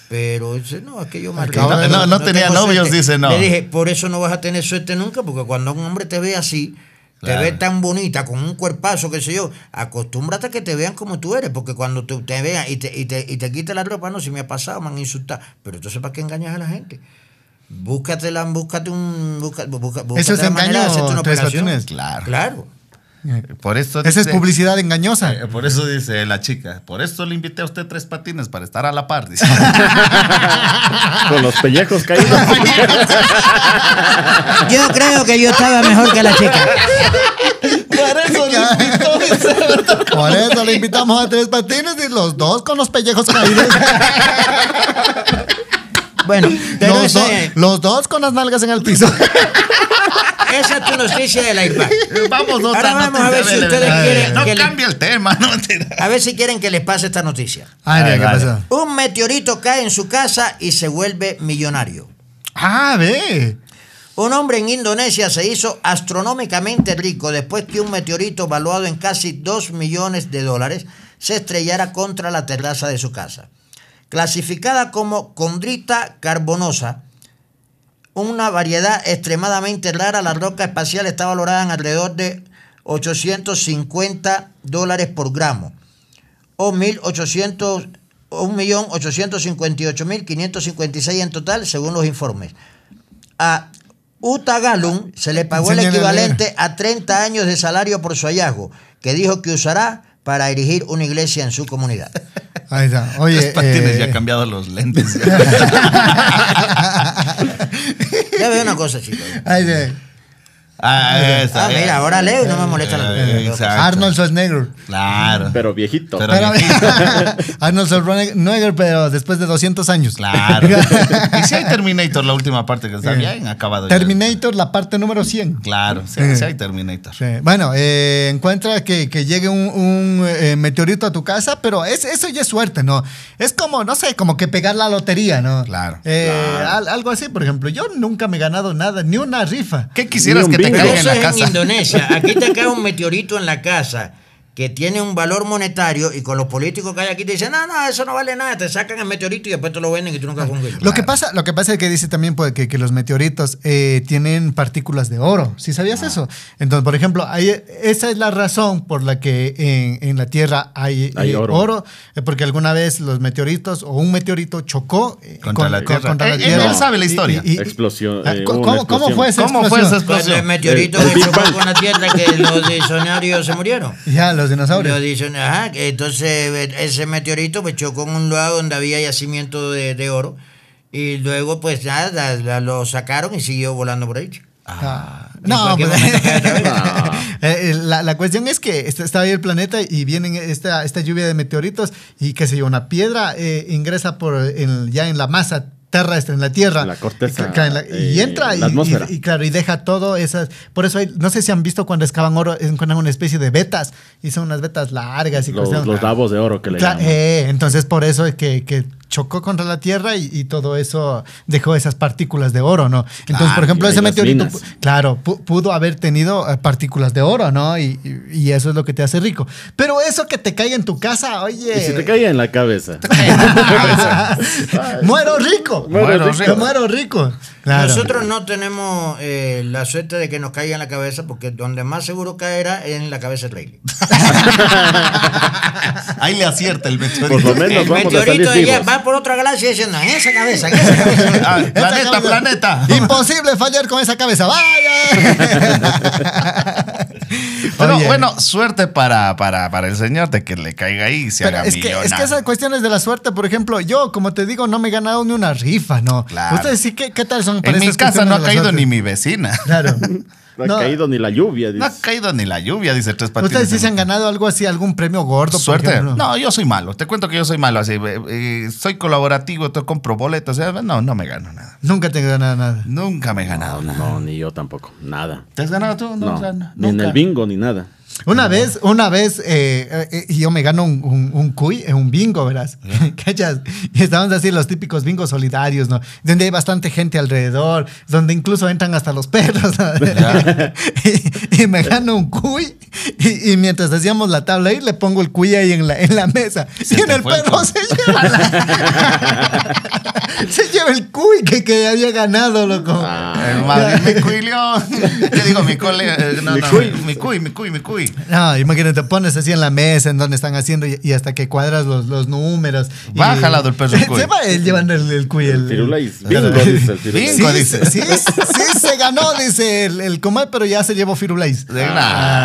Speaker 5: Pero dice, no, es que yo me
Speaker 3: Acabo
Speaker 5: arreglo,
Speaker 3: de- no-
Speaker 1: no tenía
Speaker 5: tengo
Speaker 1: novios, dice, no.
Speaker 5: Le dije, por eso no vas a tener suerte nunca, porque cuando un hombre te ve así,
Speaker 1: Claro.
Speaker 5: Te ves tan bonita, con un cuerpazo, qué sé yo. Acostúmbrate a que te vean como tú eres, porque cuando te, te vean y te, y, te, y te quite la ropa, no, si me ha pasado, me han insultado. Pero entonces, ¿para qué engañas a la gente? Búscatela, búscate un. Busca, busca, búscate
Speaker 3: es
Speaker 5: la manera de
Speaker 3: engaño,
Speaker 5: hacerte una
Speaker 3: Tres
Speaker 5: operación.
Speaker 3: Patines.
Speaker 1: Claro.
Speaker 5: Claro.
Speaker 1: Por eso
Speaker 3: Esa es
Speaker 1: dice-
Speaker 3: publicidad engañosa.
Speaker 1: Eh, Por eso dice la chica, por eso le invité a usted tres patines para estar a la par. dice.
Speaker 2: Con los pellejos caídos.
Speaker 5: Yo creo que yo estaba mejor que la chica.
Speaker 3: Por eso le invitamos a Tres Patines y los dos con los pellejos caídos.
Speaker 5: Bueno, pero
Speaker 3: los, do-
Speaker 5: ese-
Speaker 3: los dos con las nalgas en el piso.
Speaker 5: esa es tu noticia de la IPAC.
Speaker 1: vamos,
Speaker 5: Ahora
Speaker 1: otra
Speaker 5: vamos
Speaker 1: noticia,
Speaker 5: a ver si
Speaker 1: dale,
Speaker 5: ustedes
Speaker 1: dale.
Speaker 5: quieren
Speaker 1: No
Speaker 5: que le-
Speaker 1: cambia el tema, no mentira.
Speaker 5: A ver si quieren que les pase esta noticia.
Speaker 3: Ay, mira,
Speaker 1: Ay,
Speaker 3: ¿qué
Speaker 1: vale.
Speaker 3: pasó?
Speaker 5: Un meteorito cae en su casa y se vuelve millonario.
Speaker 3: Ah, ve.
Speaker 5: Un hombre en Indonesia se hizo astronómicamente rico después que un meteorito valuado en casi 2 millones de dólares se estrellara contra la terraza de su casa. Clasificada como condrita carbonosa, una variedad extremadamente rara, la roca espacial está valorada en alrededor de 850 dólares por gramo o 1.800 o 1.858.556 en total, según los informes. A Utagalum se le pagó el
Speaker 3: Enséñale a leer.
Speaker 5: equivalente a 30 años de salario por su hallazgo, que dijo que usará para erigir una iglesia en su comunidad.
Speaker 3: Ahí está. Oye.
Speaker 1: tres patines
Speaker 3: eh,
Speaker 1: ya ha cambiado los lentes.
Speaker 5: Ya veo una cosa, chicos.
Speaker 3: ahí
Speaker 1: ah,
Speaker 3: está.
Speaker 1: Eh,
Speaker 5: Ah, mira, ahora leo y no me molesta la-
Speaker 1: Exacto.
Speaker 3: Arnold Schwarzenegger.
Speaker 1: Claro.
Speaker 2: Pero viejito.
Speaker 1: Pero-
Speaker 3: Pero- Arnold Schwarzenegger, pero después de 200 años.
Speaker 1: Claro. y si hay Terminator, la última parte que
Speaker 5: Eh,
Speaker 1: está bien acabado. ya.
Speaker 3: Terminator, la parte número 100.
Speaker 1: Claro, sí,
Speaker 5: Eh.
Speaker 1: sí hay Terminator.
Speaker 3: Sí. Bueno, eh, encuentra que, que llegue un, un, eh, meteorito a tu casa, pero es, eso ya es suerte, ¿no? Es como, no sé, como que pegar la lotería, ¿no?
Speaker 1: Claro,
Speaker 3: Eh, al- algo así, por ejemplo. Yo nunca me he ganado nada, ni una rifa.
Speaker 1: ¿Qué quisieras que
Speaker 2: Ni un
Speaker 1: te caiga
Speaker 2: bingo.
Speaker 1: en
Speaker 5: eso
Speaker 1: la
Speaker 5: es en
Speaker 1: casa?
Speaker 5: Indonesia. Aquí te cae un meteorito en la casa que tiene un valor monetario y con los políticos que hay aquí te dicen, no, no, eso no vale nada, te sacan el meteorito y después te lo venden y tú nunca cumples.
Speaker 3: Lo, que pasa, lo que pasa es que dice también pues, que, que los meteoritos eh, tienen partículas de oro. ¿Sí
Speaker 2: Ah.
Speaker 3: sabías eso? Entonces, por ejemplo, ahí- esa es la razón por la que en, en la Tierra hay,
Speaker 2: Hay
Speaker 3: eh,
Speaker 2: oro.
Speaker 3: eh, porque alguna vez los meteoritos o un meteorito chocó eh,
Speaker 1: Contra la Tierra.
Speaker 3: contra la
Speaker 1: Él- él-
Speaker 3: Tierra.
Speaker 1: él sabe la
Speaker 3: Y-
Speaker 1: historia.
Speaker 2: Explosión,
Speaker 3: Ah,
Speaker 2: eh,
Speaker 3: ¿cómo-
Speaker 2: hubo
Speaker 3: ¿cómo,
Speaker 2: una explosión.
Speaker 3: fue esa
Speaker 1: ¿Cómo fue esa
Speaker 3: explosión?
Speaker 5: Cuando el
Speaker 1: explosión?
Speaker 5: meteorito
Speaker 2: El- el
Speaker 5: que
Speaker 2: Big
Speaker 5: chocó
Speaker 2: Bang.
Speaker 5: con la Tierra que los diccionarios se murieron.
Speaker 3: Ya, los dinosaurios.
Speaker 5: Los dicen, ajá, que entonces eh, ese meteorito pues chocó en un lugar donde había yacimiento de, de oro y luego pues nada, la- lo sacaron y siguió volando por ahí.
Speaker 3: Ah,
Speaker 5: ¿Y
Speaker 3: no,
Speaker 5: para qué
Speaker 3: pues,
Speaker 5: momento cae otra vez?
Speaker 3: Eh, eh, la, la cuestión es que está, está ahí el planeta y vienen esta, esta lluvia de meteoritos y qué sé yo, una piedra eh, ingresa por en- ya en la masa terrestre, en la Tierra.
Speaker 2: La corteza,
Speaker 3: Y ca- cae en la- y
Speaker 2: eh,
Speaker 3: entra y,
Speaker 2: la atmósfera.
Speaker 3: y- y claro, y deja todo esas... Por eso hay- no sé si han visto cuando excavan oro, encuentran una especie de vetas y son unas vetas largas y
Speaker 2: Los,
Speaker 3: cuestión-
Speaker 2: los davos de oro que le
Speaker 3: Cla-
Speaker 2: llaman.
Speaker 3: eh, entonces por eso es que, que chocó contra la Tierra y, y todo eso dejó esas partículas de oro, ¿no? Entonces,
Speaker 2: Claro,
Speaker 3: por ejemplo,
Speaker 2: Ah, y
Speaker 3: ese
Speaker 2: las
Speaker 3: meteorito,
Speaker 2: minas.
Speaker 3: pu- claro, pu- pudo haber tenido eh, partículas de oro, ¿no? Y, y- y eso es lo que te hace rico. Pero eso que te caiga en tu casa, oye...
Speaker 2: Y si te caía en la cabeza.
Speaker 3: muero rico.
Speaker 2: Muero
Speaker 1: Bueno,
Speaker 2: rico.
Speaker 1: rico.
Speaker 3: Muero rico. Claro.
Speaker 5: Nosotros no tenemos eh, la suerte de que nos caiga en la cabeza porque donde más seguro caerá es en la cabeza de Rayleigh.
Speaker 1: Ahí le acierta el meteorito.
Speaker 2: Por lo menos
Speaker 5: El
Speaker 2: vamos a
Speaker 5: meteorito
Speaker 2: salir
Speaker 5: de allá
Speaker 2: vivos.
Speaker 5: va por otra galaxia diciendo, en esa cabeza, en esa cabeza.
Speaker 1: Ah,
Speaker 3: Esta
Speaker 1: planeta,
Speaker 3: cabeza-
Speaker 1: planeta.
Speaker 3: Imposible fallar con esa cabeza. ¡Vaya!
Speaker 1: Pero
Speaker 3: Oye.
Speaker 1: bueno, suerte para, para, para el señor de que le caiga ahí y se
Speaker 3: Pero
Speaker 1: haga
Speaker 3: es, que,
Speaker 1: millonario.
Speaker 3: es que esas cuestiones de la suerte, por ejemplo, yo, como te digo, no me he ganado ni una rifa, ¿no?
Speaker 1: Claro.
Speaker 3: Ustedes sí, ¿qué, qué tal son? para
Speaker 1: En mi
Speaker 3: esas
Speaker 1: casa no
Speaker 3: cuestiones
Speaker 1: ha
Speaker 3: de la
Speaker 1: caído
Speaker 3: suerte?
Speaker 1: ni mi vecina.
Speaker 3: Claro.
Speaker 2: No ha
Speaker 3: No,
Speaker 2: caído ni la lluvia.
Speaker 1: No ha
Speaker 2: dice.
Speaker 1: caído ni la lluvia, dice Tres Patines.
Speaker 3: Ustedes sí se han ganado algo así, algún premio gordo. por
Speaker 1: Suerte.
Speaker 3: ejemplo?
Speaker 1: No, yo soy malo. Te cuento que yo soy malo. Así, eh, eh, soy colaborativo, te compro boletos. eh, No, no me gano nada.
Speaker 3: Nunca te he ganado nada.
Speaker 1: Nunca me he ganado nada.
Speaker 2: No, ni yo tampoco. Nada.
Speaker 1: ¿Te has ganado tú? No,
Speaker 2: No,
Speaker 1: o sea, no,
Speaker 2: ni en
Speaker 1: nunca.
Speaker 2: el bingo ni nada.
Speaker 3: Una vez, una vez, eh, eh, eh, yo me gano un, un, un cuy en un bingo, verás. ¿Cachas? Y estábamos así los típicos bingos solidarios, ¿no? Donde hay bastante gente alrededor, donde incluso entran hasta los perros, ¿no? y, y me gano un cuy y, y mientras hacíamos la tabla ahí, le pongo el cuy ahí en la, en la mesa.
Speaker 1: Se
Speaker 3: y en
Speaker 1: te
Speaker 3: el
Speaker 1: fue el
Speaker 3: perro
Speaker 1: cuy.
Speaker 3: se lleva la- se lleva el cuy que, que había ganado, loco.
Speaker 2: Ah,
Speaker 1: el Madrid, mi cuilión. Yo digo mi cole. eh, No,
Speaker 2: Mi
Speaker 1: no,
Speaker 2: cuy.
Speaker 1: mi cuy, mi cuy, mi cuy.
Speaker 3: No, imagínate, pones así en la mesa en donde están haciendo y, y hasta que cuadras los, los números. y-
Speaker 1: Va jalado el perro el cuy.
Speaker 3: Se va él llevando el, el cuy. El,
Speaker 2: Firula y bingo, dice el Firulais.
Speaker 1: Bingo.
Speaker 3: Sí,
Speaker 1: dice.
Speaker 3: sí, sí, se ganó, dice el, el comal, pero ya se llevó Firulais.
Speaker 1: De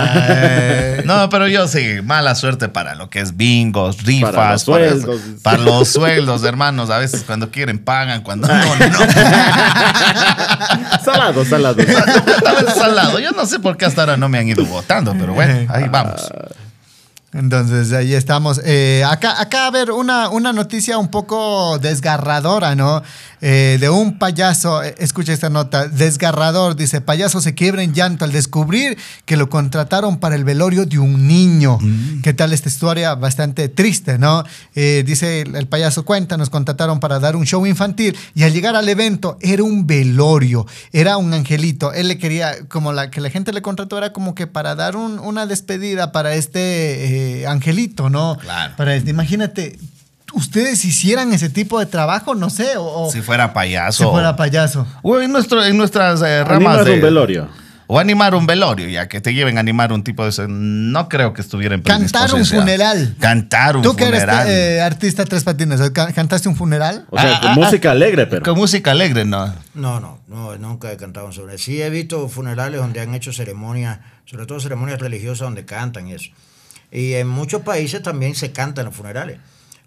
Speaker 1: nada. No, pero yo sí, mala suerte para lo que es bingos, rifas,
Speaker 2: Para los
Speaker 1: para,
Speaker 2: sueldos.
Speaker 1: para los sueldos, hermanos. A veces cuando quieren pagan, cuando no, no.
Speaker 2: Salado, salado.
Speaker 1: Estaba el salado. Yo no sé por qué hasta ahora no me han ido votando, pero bueno, ahí vamos.
Speaker 2: Ah.
Speaker 3: Entonces, ahí estamos. Eh, acá, acá, a ver, una, una noticia un poco desgarradora, ¿no? Eh, de un payaso, eh, escucha esta nota, desgarrador, dice, payaso se quiebra en llanto al descubrir que lo contrataron para el velorio de un niño.
Speaker 1: Mm.
Speaker 3: ¿Qué tal este esta historia? Bastante triste, ¿no? Eh, dice, el el payaso cuenta, nos contrataron para dar un show infantil y al llegar al evento era un velorio, era un angelito. Él le quería, como la que la gente le contrató era como que para dar un- una despedida para este eh, angelito, ¿no?
Speaker 1: Claro.
Speaker 3: Para este- imagínate, ustedes hicieran ese tipo de trabajo, no sé, o, o
Speaker 1: Si fuera payaso.
Speaker 3: si fuera payaso.
Speaker 1: o en, nuestro- en nuestras eh, ramas
Speaker 2: Animas
Speaker 1: de
Speaker 2: un velorio.
Speaker 1: O animar un velorio, ya que te lleven a animar un tipo de eso. No creo que estuviera en
Speaker 3: Cantar un
Speaker 1: predisposición.
Speaker 3: funeral.
Speaker 1: Cantar un
Speaker 3: Tú que eres
Speaker 1: funeral.
Speaker 3: eh, artista tres patines, ¿ca- ¿cantaste un funeral?
Speaker 2: O sea,
Speaker 1: Ah, ah,
Speaker 2: música alegre, pero.
Speaker 1: Con música alegre, ¿no?
Speaker 5: No, no, no, nunca he cantado sobre. Sí he visto funerales donde han hecho ceremonias, sobre todo ceremonias religiosas donde cantan y eso. Y en muchos países también se cantan los funerales.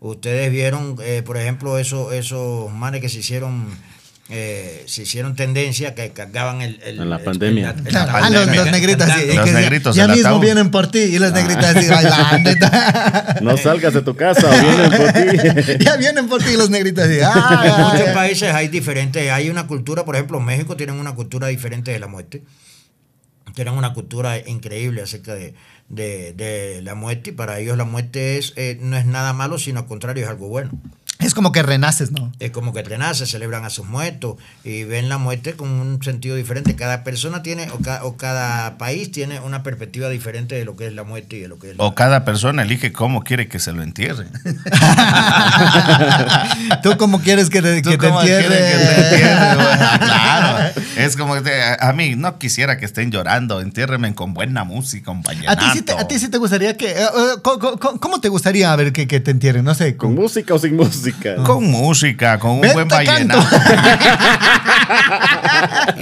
Speaker 5: Ustedes vieron, eh, por ejemplo, eso, esos manes que se hicieron, eh, se hicieron tendencia, que cargaban el... el-
Speaker 2: En la
Speaker 5: el-
Speaker 2: pandemia.
Speaker 5: el- el-
Speaker 1: la
Speaker 3: Ah, los,
Speaker 1: pandemia.
Speaker 3: los negritos. sí,
Speaker 5: Cantando.
Speaker 1: Los
Speaker 3: que ya-
Speaker 1: negritos
Speaker 3: Ya,
Speaker 1: del
Speaker 3: mismo
Speaker 1: ataúd. Ah.
Speaker 3: vienen por ti y los negritos así bailando. y tal.
Speaker 2: No salgas de tu casa o vienen por ti.
Speaker 3: ya vienen por ti los negritos. así, ah,
Speaker 5: En
Speaker 3: ah,
Speaker 5: muchos
Speaker 3: ah.
Speaker 5: países hay diferentes, hay una cultura, por ejemplo, México tienen una cultura diferente de la muerte. Tienen una cultura increíble acerca de, de- de la muerte y para ellos la muerte es eh, no es nada malo, sino al contrario, es algo bueno.
Speaker 3: Es como que renaces, ¿no?
Speaker 5: Es como que renace, celebran a sus muertos y ven la muerte con un sentido diferente. Cada persona tiene, o ca- o cada, país tiene una perspectiva diferente de lo que es la muerte y de lo que es la
Speaker 1: O cada persona elige cómo quiere que se lo entierren.
Speaker 3: Tú como quieres que te,
Speaker 1: ¿Tú
Speaker 3: que te
Speaker 1: cómo quieres
Speaker 3: entierren.
Speaker 1: que te entierren? Bueno, claro. Es como que te- a mí no quisiera que estén llorando. Entiérrenme con buena música, compañero.
Speaker 3: ¿A ti, sí te, a ti sí te gustaría que... eh, eh, co- co- co- ¿cómo, te gustaría a ver que, que te entierren? No sé.
Speaker 2: ¿Con
Speaker 3: con-
Speaker 2: música o sin música?
Speaker 1: Con música, con un
Speaker 3: Ven,
Speaker 1: buen
Speaker 3: te canto.
Speaker 1: vallenato.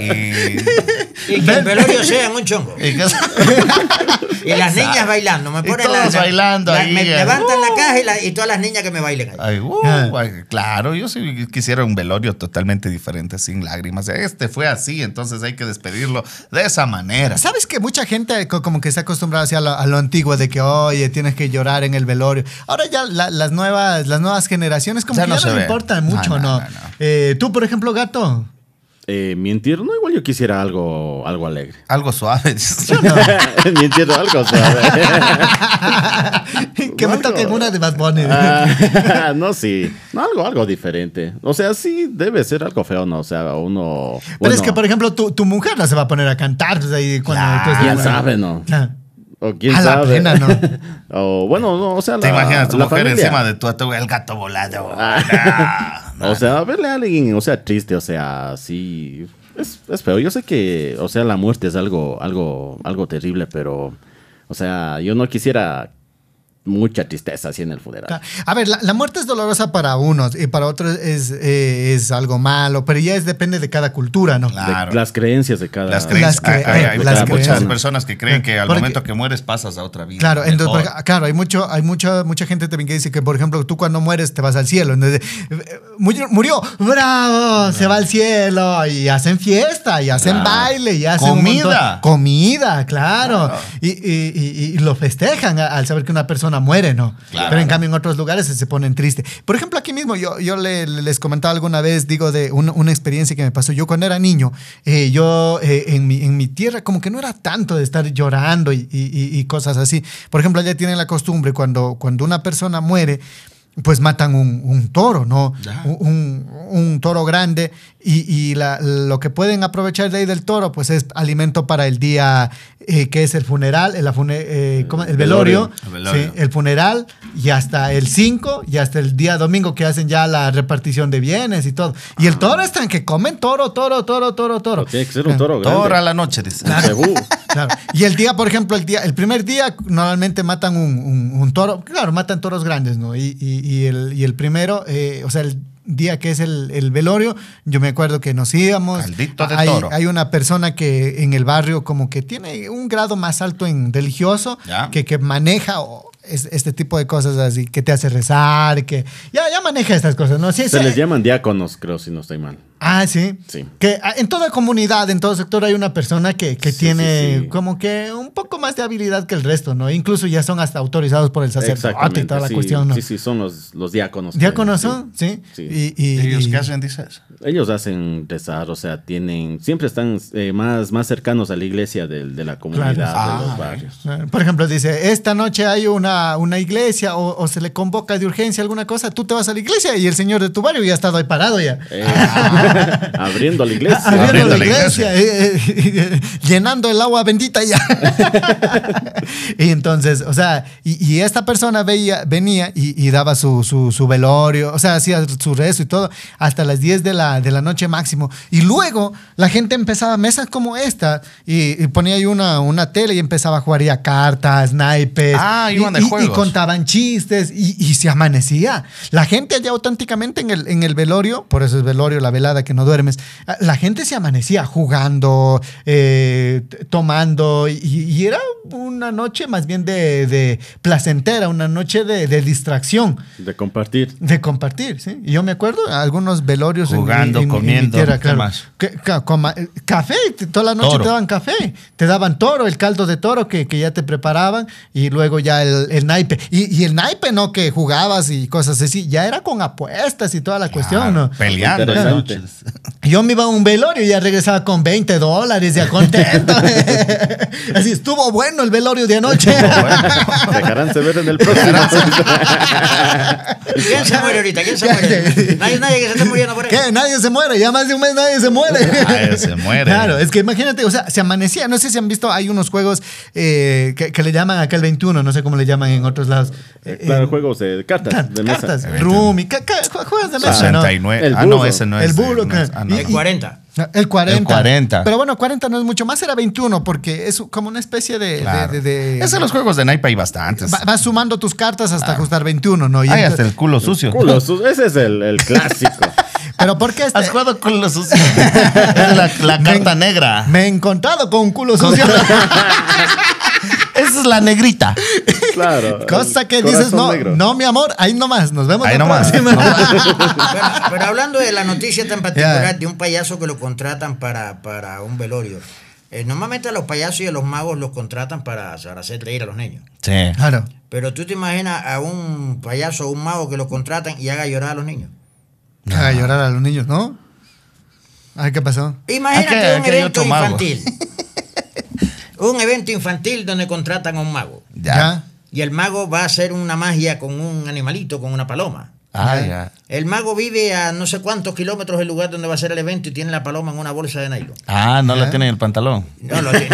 Speaker 1: y,
Speaker 5: Y que el velorio sea en un chongo.
Speaker 1: y que-
Speaker 5: Y las niñas bailando. Me
Speaker 1: Y
Speaker 5: ponen
Speaker 1: todos
Speaker 5: la-
Speaker 1: bailando
Speaker 5: la-
Speaker 1: ahí,
Speaker 5: Me
Speaker 1: eh.
Speaker 5: levantan la caja y, la- y todas las niñas que me bailen ahí.
Speaker 1: Ay, uh,
Speaker 3: Ah.
Speaker 1: ay, claro, yo sí quisiera un velorio totalmente diferente, sin lágrimas. Este fue así, entonces hay que despedirlo de esa manera.
Speaker 3: ¿Sabes que mucha gente co- como que se ha acostumbrado así a lo, a lo antiguo de que, oye, tienes que llorar en el velorio? Ahora ya la- las, nuevas, las nuevas generaciones como
Speaker 1: Ya
Speaker 3: que
Speaker 1: no
Speaker 3: ya
Speaker 1: se
Speaker 3: no
Speaker 1: ve.
Speaker 3: le importan
Speaker 1: No,
Speaker 3: mucho,
Speaker 1: no,
Speaker 3: ¿no?
Speaker 1: no, no.
Speaker 3: Eh, Tú, por ejemplo, gato.
Speaker 2: Eh, mi entierro, igual yo quisiera algo, algo alegre.
Speaker 1: Algo suave.
Speaker 2: mi entierro, algo suave.
Speaker 3: que me
Speaker 2: Bueno.
Speaker 3: toquen una de Bad Bunny.
Speaker 2: Ah, no, sí. No, algo, algo diferente. O sea, sí debe ser algo feo, ¿no? O sea, uno.
Speaker 3: Pero es que, por ejemplo, tu, tu mujer no se va a poner a cantar pues, ahí cuando... tú estás- Ah,
Speaker 2: ya sabe, ¿no?
Speaker 3: Claro.
Speaker 2: O quién
Speaker 3: A la
Speaker 2: sabe.
Speaker 3: plena, ¿no?
Speaker 2: o bueno, no, o sea, la,
Speaker 1: ¿Te imaginas tu
Speaker 2: la
Speaker 1: mujer
Speaker 2: familia.
Speaker 1: encima de tu ataúd, el gato volado?
Speaker 2: Ah.
Speaker 1: No, no.
Speaker 2: O sea, verle a alguien, o sea, triste, o sea, sí. Es, es feo. Yo sé que, o sea, la muerte es algo, algo, algo terrible, pero, o sea, yo no quisiera mucha tristeza así en el funeral.
Speaker 3: Claro. A ver, la, la muerte es dolorosa para unos y para otros es, eh, es algo malo, pero ya es, depende de cada cultura, ¿no?
Speaker 1: Claro.
Speaker 2: De- las creencias de cada.
Speaker 1: Las creencias.
Speaker 3: cre-
Speaker 1: Hay, hay- hay
Speaker 2: las
Speaker 1: muchas
Speaker 2: creencias.
Speaker 1: personas que creen que al
Speaker 3: eh, Porque-
Speaker 1: momento que mueres pasas a otra vida.
Speaker 3: Claro, entonces, por
Speaker 1: Mejor.
Speaker 3: ej- claro, hay mucho, hay mucha, mucha gente también que dice que, por ejemplo, tú cuando mueres te vas al cielo. Entonces, eh, murió, murió, bravo, se va al cielo y hacen fiesta y hacen baile y hacen un
Speaker 1: Comida.
Speaker 3: montón- comida, claro, Y, y- y- y lo festejan a- al saber que una persona muere, ¿no?
Speaker 1: Claro.
Speaker 3: Pero en cambio en otros lugares se, se ponen tristes. Por ejemplo, aquí mismo yo, yo le- les comentaba alguna vez, digo, de un- una experiencia que me pasó. Yo cuando era niño, eh, yo eh, en, mi, en mi tierra como que no era tanto de estar llorando y, y- y- y cosas así. Por ejemplo, allá tienen la costumbre cuando, cuando una persona muere, pues matan un, un toro, ¿no?
Speaker 1: Ya.
Speaker 3: Un, un toro grande y, y la- lo que pueden aprovechar de ahí del toro, pues es alimento para el día eh, que es el funeral, el, afune- eh, ¿cómo? El velorio,
Speaker 1: El velorio.
Speaker 3: sí, el funeral y hasta el 5 y hasta el día domingo que hacen ya la repartición de bienes y todo. Y
Speaker 1: Ah.
Speaker 3: el toro es tan que comen toro, toro, toro, toro, toro.
Speaker 2: Pero tiene que ser un toro grande.
Speaker 1: Toda la noche, dice.
Speaker 2: Cebú.
Speaker 3: Claro. Y el día, por ejemplo, el día, el primer día normalmente matan un, un- un toro. Claro, matan toros grandes, ¿no? Y, y- y el, y el primero, eh, o sea, el día que es el, el velorio, yo me acuerdo que nos íbamos.
Speaker 1: Caldito de
Speaker 3: hay,
Speaker 1: toro.
Speaker 3: hay una persona que en el barrio como que tiene un grado más alto en religioso
Speaker 1: Ya.
Speaker 3: que, que maneja o es- este tipo de cosas así, que te hace rezar, que ya, ya maneja estas cosas, ¿no? Sí,
Speaker 2: Se
Speaker 3: sí.
Speaker 2: les llaman diáconos, creo, si no estoy mal.
Speaker 3: Ah, sí.
Speaker 2: Sí.
Speaker 3: Que ah, en toda comunidad, en todo sector hay una persona que, que
Speaker 2: Sí,
Speaker 3: tiene
Speaker 2: sí, sí.
Speaker 3: como que un poco más de habilidad que el resto, ¿no? Incluso ya son hasta autorizados por el sacerdote y toda Ah, la
Speaker 2: sí,
Speaker 3: cuestión, ¿no?
Speaker 2: sí, sí, son los, los diáconos. que-
Speaker 3: Diáconos,
Speaker 2: sí.
Speaker 3: ¿no? Sí.
Speaker 2: Sí.
Speaker 3: Y, y-
Speaker 1: ¿Ellos
Speaker 3: y-
Speaker 1: qué hacen, dices?
Speaker 2: Ellos hacen rezar, o sea, tienen, siempre están eh, más, más cercanos a la iglesia del- de, la comunidad,
Speaker 1: Ah,
Speaker 2: de los
Speaker 1: ok.
Speaker 2: barrios.
Speaker 3: Por ejemplo, dice, esta noche hay una, una iglesia o, o se le convoca de urgencia alguna cosa, tú te vas a la iglesia y el señor de tu barrio ya ha estado ahí parado ya.
Speaker 2: Eh, abriendo la iglesia.
Speaker 3: Ah. abriendo
Speaker 1: Abriendo
Speaker 3: la
Speaker 1: la
Speaker 3: iglesia, eh, eh, llenando el agua bendita ya. y entonces, o sea, y, y esta persona veía, venía y, y daba su, su, su velorio, o sea, hacía su rezo y todo, hasta las 10 de la, de la noche máximo. Y luego la gente empezaba, mesas como esta, y, y ponía ahí una, una tele y empezaba a jugar ya cartas, naipes.
Speaker 1: Ah,
Speaker 3: y,
Speaker 1: iban de
Speaker 3: y- y
Speaker 1: juegos.
Speaker 3: contaban chistes y, y se amanecía. La gente allá auténticamente en el, en el velorio, por eso es velorio, la velada que no duermes, ah, la gente se amanecía jugando, eh, t- tomando y, y era una noche más bien de, de placentera, una noche de, de distracción.
Speaker 2: De compartir.
Speaker 3: De compartir, ¿sí? Y yo me acuerdo algunos velorios en mi-
Speaker 1: Jugando,
Speaker 3: en, mi- en mi
Speaker 1: comiendo,
Speaker 3: tierra,
Speaker 1: ¿qué
Speaker 3: claro.
Speaker 1: más?
Speaker 3: Que- ca- coma- eh, café, te- toda la noche
Speaker 1: Toro.
Speaker 3: te daban café. Te daban toro, el caldo de toro que, que ya te preparaban y luego ya el, el naipe. Y, y el naipe, ¿no? Que jugabas y cosas así. Ya era con apuestas y toda la cuestión, ¿no?
Speaker 1: Peleando.
Speaker 2: Interesante.
Speaker 1: noche.
Speaker 3: Yo me iba a un velorio y ya regresaba con 20 dólares, ya contento. así estuvo bueno el velorio de anoche.
Speaker 2: Dejarán se ver en el próximo.
Speaker 5: ¿Quién se muere ahorita? ¿Quién se muere? Nadie, nadie que se esté muriendo por ahí.
Speaker 3: ¿Qué? Nadie se muere, ya más de un mes nadie se muere.
Speaker 1: Nadie se muere.
Speaker 3: Claro, es que imagínate, o sea, se amanecía, no sé si han visto, hay unos juegos eh, que, que le llaman acá el 21, no sé cómo le llaman en otros lados. Eh,
Speaker 2: claro,
Speaker 3: eh,
Speaker 2: juegos de cartas,
Speaker 3: car-
Speaker 2: de mesa.
Speaker 3: cartas, room, y ca- ca- ju- juegos de mesa, ¿no?
Speaker 1: 69.
Speaker 2: El
Speaker 1: ah, no,
Speaker 2: burro.
Speaker 1: ese no es.
Speaker 3: El
Speaker 1: eh,
Speaker 3: burro,
Speaker 1: no es-
Speaker 3: claro.
Speaker 1: ah, no,
Speaker 5: El
Speaker 1: no.
Speaker 5: 40.
Speaker 3: No, El 40.
Speaker 1: El 40.
Speaker 3: Pero bueno, 40 no es mucho más, era 21, porque es como una especie de. de-
Speaker 1: Claro.
Speaker 3: de- de-
Speaker 1: Ese en los juegos de naipa hay bastantes.
Speaker 3: va- vas sumando tus cartas hasta ajustar 21, ¿no? Y
Speaker 1: Ay,
Speaker 3: entonces-
Speaker 1: hasta el culo sucio.
Speaker 2: Culo sucio, ese es el, el clásico.
Speaker 3: Pero ¿por qué este?
Speaker 1: ¿Has jugado culo sucio? es la, la carta negra.
Speaker 3: Me he encontrado con un culo sucio.
Speaker 1: Esa es la negrita.
Speaker 2: Claro.
Speaker 3: Cosa que
Speaker 2: el
Speaker 3: dices,
Speaker 2: corazón
Speaker 3: no,
Speaker 2: negro.
Speaker 3: no, mi amor, ahí nomás, nos vemos.
Speaker 1: Ahí
Speaker 3: la
Speaker 1: nomás.
Speaker 3: próxima.
Speaker 5: Bueno, pero hablando de la noticia tan particular
Speaker 3: Ya.
Speaker 5: de un payaso que lo contratan para, para un velorio. Eh, normalmente a los payasos y a los magos los contratan para, para hacer reír a los niños.
Speaker 1: Sí.
Speaker 3: Claro.
Speaker 5: Pero tú te imaginas a un payaso o un mago que lo contratan y haga llorar a los niños.
Speaker 3: A llorar a los niños, ¿no? Ay, ¿qué pasó?
Speaker 5: Imagínate
Speaker 1: Aquí-
Speaker 5: un
Speaker 1: aquí hay
Speaker 5: evento
Speaker 1: otro mago.
Speaker 5: infantil. un evento infantil donde contratan a un mago.
Speaker 1: Ya.
Speaker 5: Y el mago va a hacer una magia con un animalito, con una paloma.
Speaker 1: Ah, ya.
Speaker 5: El mago vive a no sé cuántos kilómetros del lugar donde va a ser el evento y tiene la paloma en una bolsa de nylon.
Speaker 1: Ah, no la tiene en el pantalón.
Speaker 5: No lo tiene.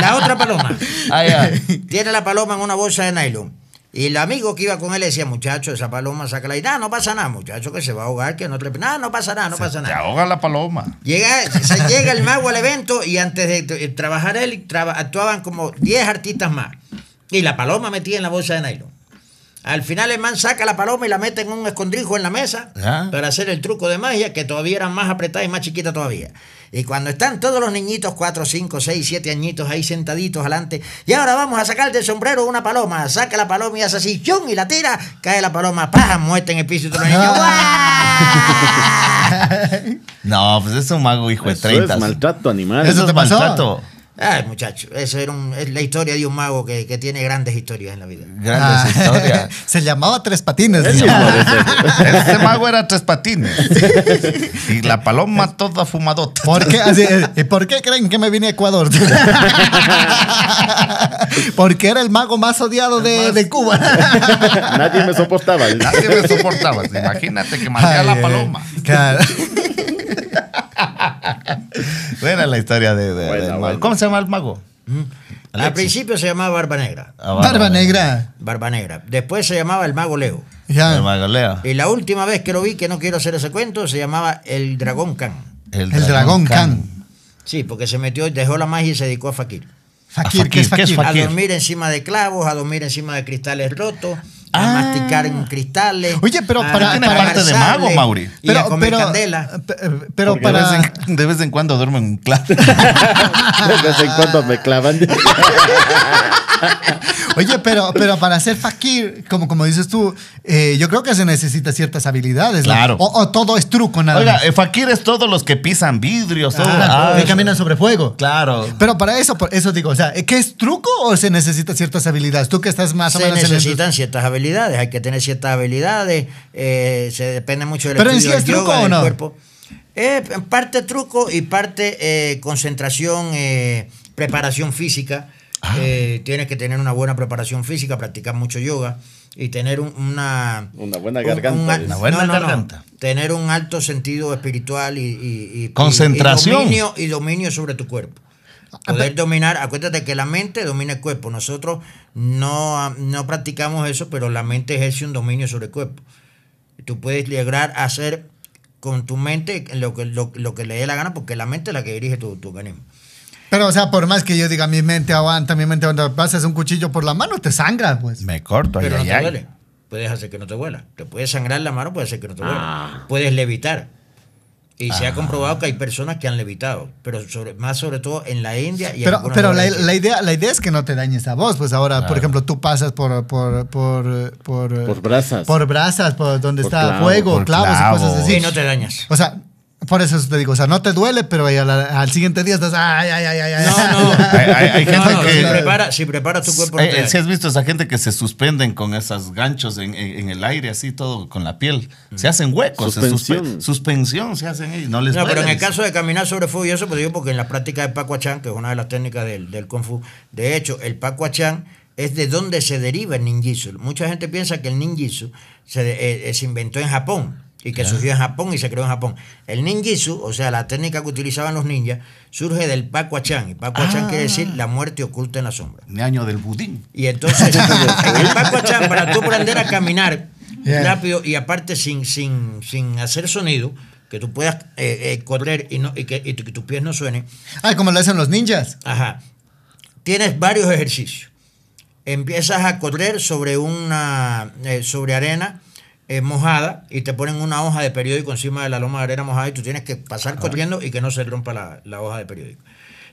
Speaker 5: la otra paloma.
Speaker 1: Ah, ya.
Speaker 5: Tiene la paloma en una bolsa de nylon. Y el amigo que iba con él le decía, muchacho, esa paloma sácala y nada, no pasa nada, muchacho, que se va a ahogar, que no trepe. Nada, no pasa nada, no pasa
Speaker 1: Te
Speaker 5: nada.
Speaker 1: ahoga la paloma.
Speaker 5: Llega, se- llega el mago al evento y antes de t- trabajar él, traba- actuaban como 10 artistas más. Y la paloma metía en la bolsa de nylon. Al final el man saca la paloma y la mete en un escondrijo en la mesa
Speaker 1: Ya.
Speaker 5: para hacer el truco de magia que todavía era más apretada y más chiquita todavía. Y cuando están todos los niñitos, 4, 5, 6, 7 añitos ahí sentaditos adelante, y ahora vamos a sacar del sombrero una paloma, saca la paloma y hace así, chun, y la tira, cae la paloma, paja, muerta en el piso y todos los niños, ¡guau!
Speaker 1: No, pues es un mago hijo de
Speaker 2: Eso
Speaker 1: 30.
Speaker 2: es maltrato animal.
Speaker 1: Eso
Speaker 3: te
Speaker 1: es
Speaker 3: pasó?
Speaker 1: maltrato.
Speaker 5: Ay, muchacho, esa era un- es la historia de un mago que, que tiene grandes historias en la vida.
Speaker 6: Grandes
Speaker 3: Ah,
Speaker 6: historias.
Speaker 3: Se llamaba Tres Patines.
Speaker 2: Eso
Speaker 3: dice.
Speaker 1: Este mago era tres patines. Y la paloma toda fumadota.
Speaker 3: ¿Por qué, así es. ¿Y por qué creen que me vine a Ecuador? Porque era el mago más odiado de, de Cuba.
Speaker 2: Nadie me soportaba.
Speaker 1: Nadie me soportaba. Imagínate que maté a
Speaker 3: Ay,
Speaker 1: la
Speaker 3: ay,
Speaker 1: paloma.
Speaker 3: Claro.
Speaker 1: Buena la historia de, de-
Speaker 2: Buena,
Speaker 1: del mago.
Speaker 2: buena.
Speaker 1: ¿Cómo se llama el mago?
Speaker 5: Al principio se llamaba Barba Negra.
Speaker 1: Ah, va,
Speaker 3: Barba
Speaker 1: va,
Speaker 3: Negra.
Speaker 5: Barba Negra. Después se llamaba el mago Leo.
Speaker 3: Ya.
Speaker 1: El mago Leo.
Speaker 5: Y la última vez que lo vi, que no quiero hacer ese cuento, se llamaba el Dragón Khan.
Speaker 3: El dragón Khan.
Speaker 5: Sí, porque se metió y dejó la magia y se dedicó a Fakir.
Speaker 3: Fakir, ¿qué es
Speaker 1: Ah, Fakir, ¿qué
Speaker 3: Fakir?
Speaker 1: es
Speaker 5: A
Speaker 1: Fakir?
Speaker 5: dormir encima de clavos, a dormir encima de cristales rotos, a masticar en cristales.
Speaker 3: Ah. Oye, pero
Speaker 5: a-
Speaker 3: para-
Speaker 5: a
Speaker 3: Tiene parte
Speaker 1: de
Speaker 5: abrazarle
Speaker 1: mago, Mauri.
Speaker 5: Y a comer candela.
Speaker 3: pe- Pero
Speaker 1: De vez,
Speaker 3: para.
Speaker 1: en, de vez en cuando duerme en un clavo.
Speaker 2: De vez en cuando me clavan.
Speaker 3: Oye, pero, pero para ser fakir, como, como dices tú, eh, yo creo que se necesita ciertas habilidades. ¿no?
Speaker 1: Claro.
Speaker 3: O, o todo es truco, nada
Speaker 1: Oiga,
Speaker 3: más.
Speaker 1: eh, Fakir es todos los que pisan vidrios. todos-
Speaker 3: Ah,
Speaker 1: ah,
Speaker 3: que caminan sobre fuego.
Speaker 1: Claro.
Speaker 3: Pero para eso, por eso digo, o sea, ¿qué es truco o se necesita ciertas habilidades? Tú que estás más o
Speaker 5: Se
Speaker 3: menos en la industria.
Speaker 5: necesitan ciertas habilidades, hay que tener ciertas habilidades, eh, se depende mucho del
Speaker 3: Pero en
Speaker 5: estudio
Speaker 3: sí
Speaker 5: del
Speaker 3: es truco
Speaker 5: yoga,
Speaker 3: o
Speaker 5: del
Speaker 3: no?
Speaker 5: cuerpo. Eh, en parte truco y parte eh, concentración, eh, preparación física.
Speaker 3: Ah.
Speaker 5: Eh, tienes que tener una buena preparación física, practicar mucho yoga y tener un- una,
Speaker 2: Una buena garganta,
Speaker 5: al-
Speaker 2: dice.
Speaker 1: Una buena garganta.
Speaker 5: Tener un alto sentido espiritual y, y- y- y-
Speaker 1: Concentración.
Speaker 5: y dominio, y dominio sobre tu cuerpo. Poder dominar, acuérdate que la mente domina el cuerpo. Nosotros no, no practicamos eso, pero la mente ejerce un dominio sobre el cuerpo. Tú puedes lograr hacer con tu mente lo que, lo, lo que le dé la gana, porque la mente es la que dirige tu, tu organismo.
Speaker 3: Pero, o sea, por más que yo diga, mi mente aguanta, mi mente aguanta, pasas un cuchillo por la mano, te sangra, pues.
Speaker 1: Me corto. ay,
Speaker 5: Pero no
Speaker 1: ay,
Speaker 5: te
Speaker 1: ay.
Speaker 5: duele. Puedes hacer que no te duela. Te puedes sangrar la mano, puede ser que no te duela. Puedes levitar. Y
Speaker 1: Ah.
Speaker 5: se ha comprobado que hay personas que han levitado, pero sobre, más sobre todo en la India y en
Speaker 3: Pero,
Speaker 5: algunos
Speaker 3: pero la,
Speaker 5: lugares de
Speaker 3: la
Speaker 5: China.
Speaker 3: idea, la idea es que no te dañes a vos, pues ahora, por ejemplo, tú pasas por... Por, por, eh, por,
Speaker 2: Por brasas.
Speaker 3: Por brasas, por donde
Speaker 2: Por
Speaker 3: está
Speaker 2: clavo,
Speaker 3: fuego,
Speaker 1: por
Speaker 3: clavos y
Speaker 1: clavos.
Speaker 3: cosas así.
Speaker 5: Y no te dañas.
Speaker 3: O sea, por eso te digo, o sea, no te duele, pero ahí a la- al, siguiente día estás... Ay, ay, ay, ay, ay.
Speaker 5: No, no.
Speaker 1: Hay- hay- hay gente que-
Speaker 5: Si preparas, si preparas tu cuerpo. no te
Speaker 1: Eh, eh,
Speaker 5: daña.
Speaker 1: si has visto esa gente que se suspenden con esos ganchos en, en- en el aire, así todo con la piel. Se hacen huecos. se suspe-
Speaker 2: Suspensión.
Speaker 1: suspensión se hacen ellos. No les
Speaker 5: Mm. No, pero en
Speaker 1: duele,
Speaker 5: el
Speaker 1: dice.
Speaker 5: caso de caminar sobre fuego y eso, pues digo, porque en la práctica del Pacuachán, que es una de las técnicas del, del Kung Fu, de hecho, el Pacuachán es de donde se deriva el ninjitsu. Mucha gente piensa que el ninjitsu se, de- eh, eh, se inventó en Japón y que surgió en Japón y se creó en Japón. El ninjitsu, o sea, la técnica que utilizaban los ninjas, surge del Pacuachán. Y Pacuachán quiere decir la muerte oculta en la sombra.
Speaker 1: Ni año del budín.
Speaker 5: Y entonces, en el Pacuachán, para tú aprender a caminar
Speaker 3: Yeah.
Speaker 5: rápido y aparte sin, sin, sin hacer sonido, que tú puedas eh, eh, correr y, no, y que y tu- que tus pies no suenen,
Speaker 3: Ay, como lo hacen los ninjas.
Speaker 5: ajá, tienes varios ejercicios. Empiezas a correr sobre una eh, sobre arena eh, mojada y te ponen una hoja de periódico encima de la loma de arena mojada y tú tienes que pasar corriendo y que no se rompa la, la hoja de periódico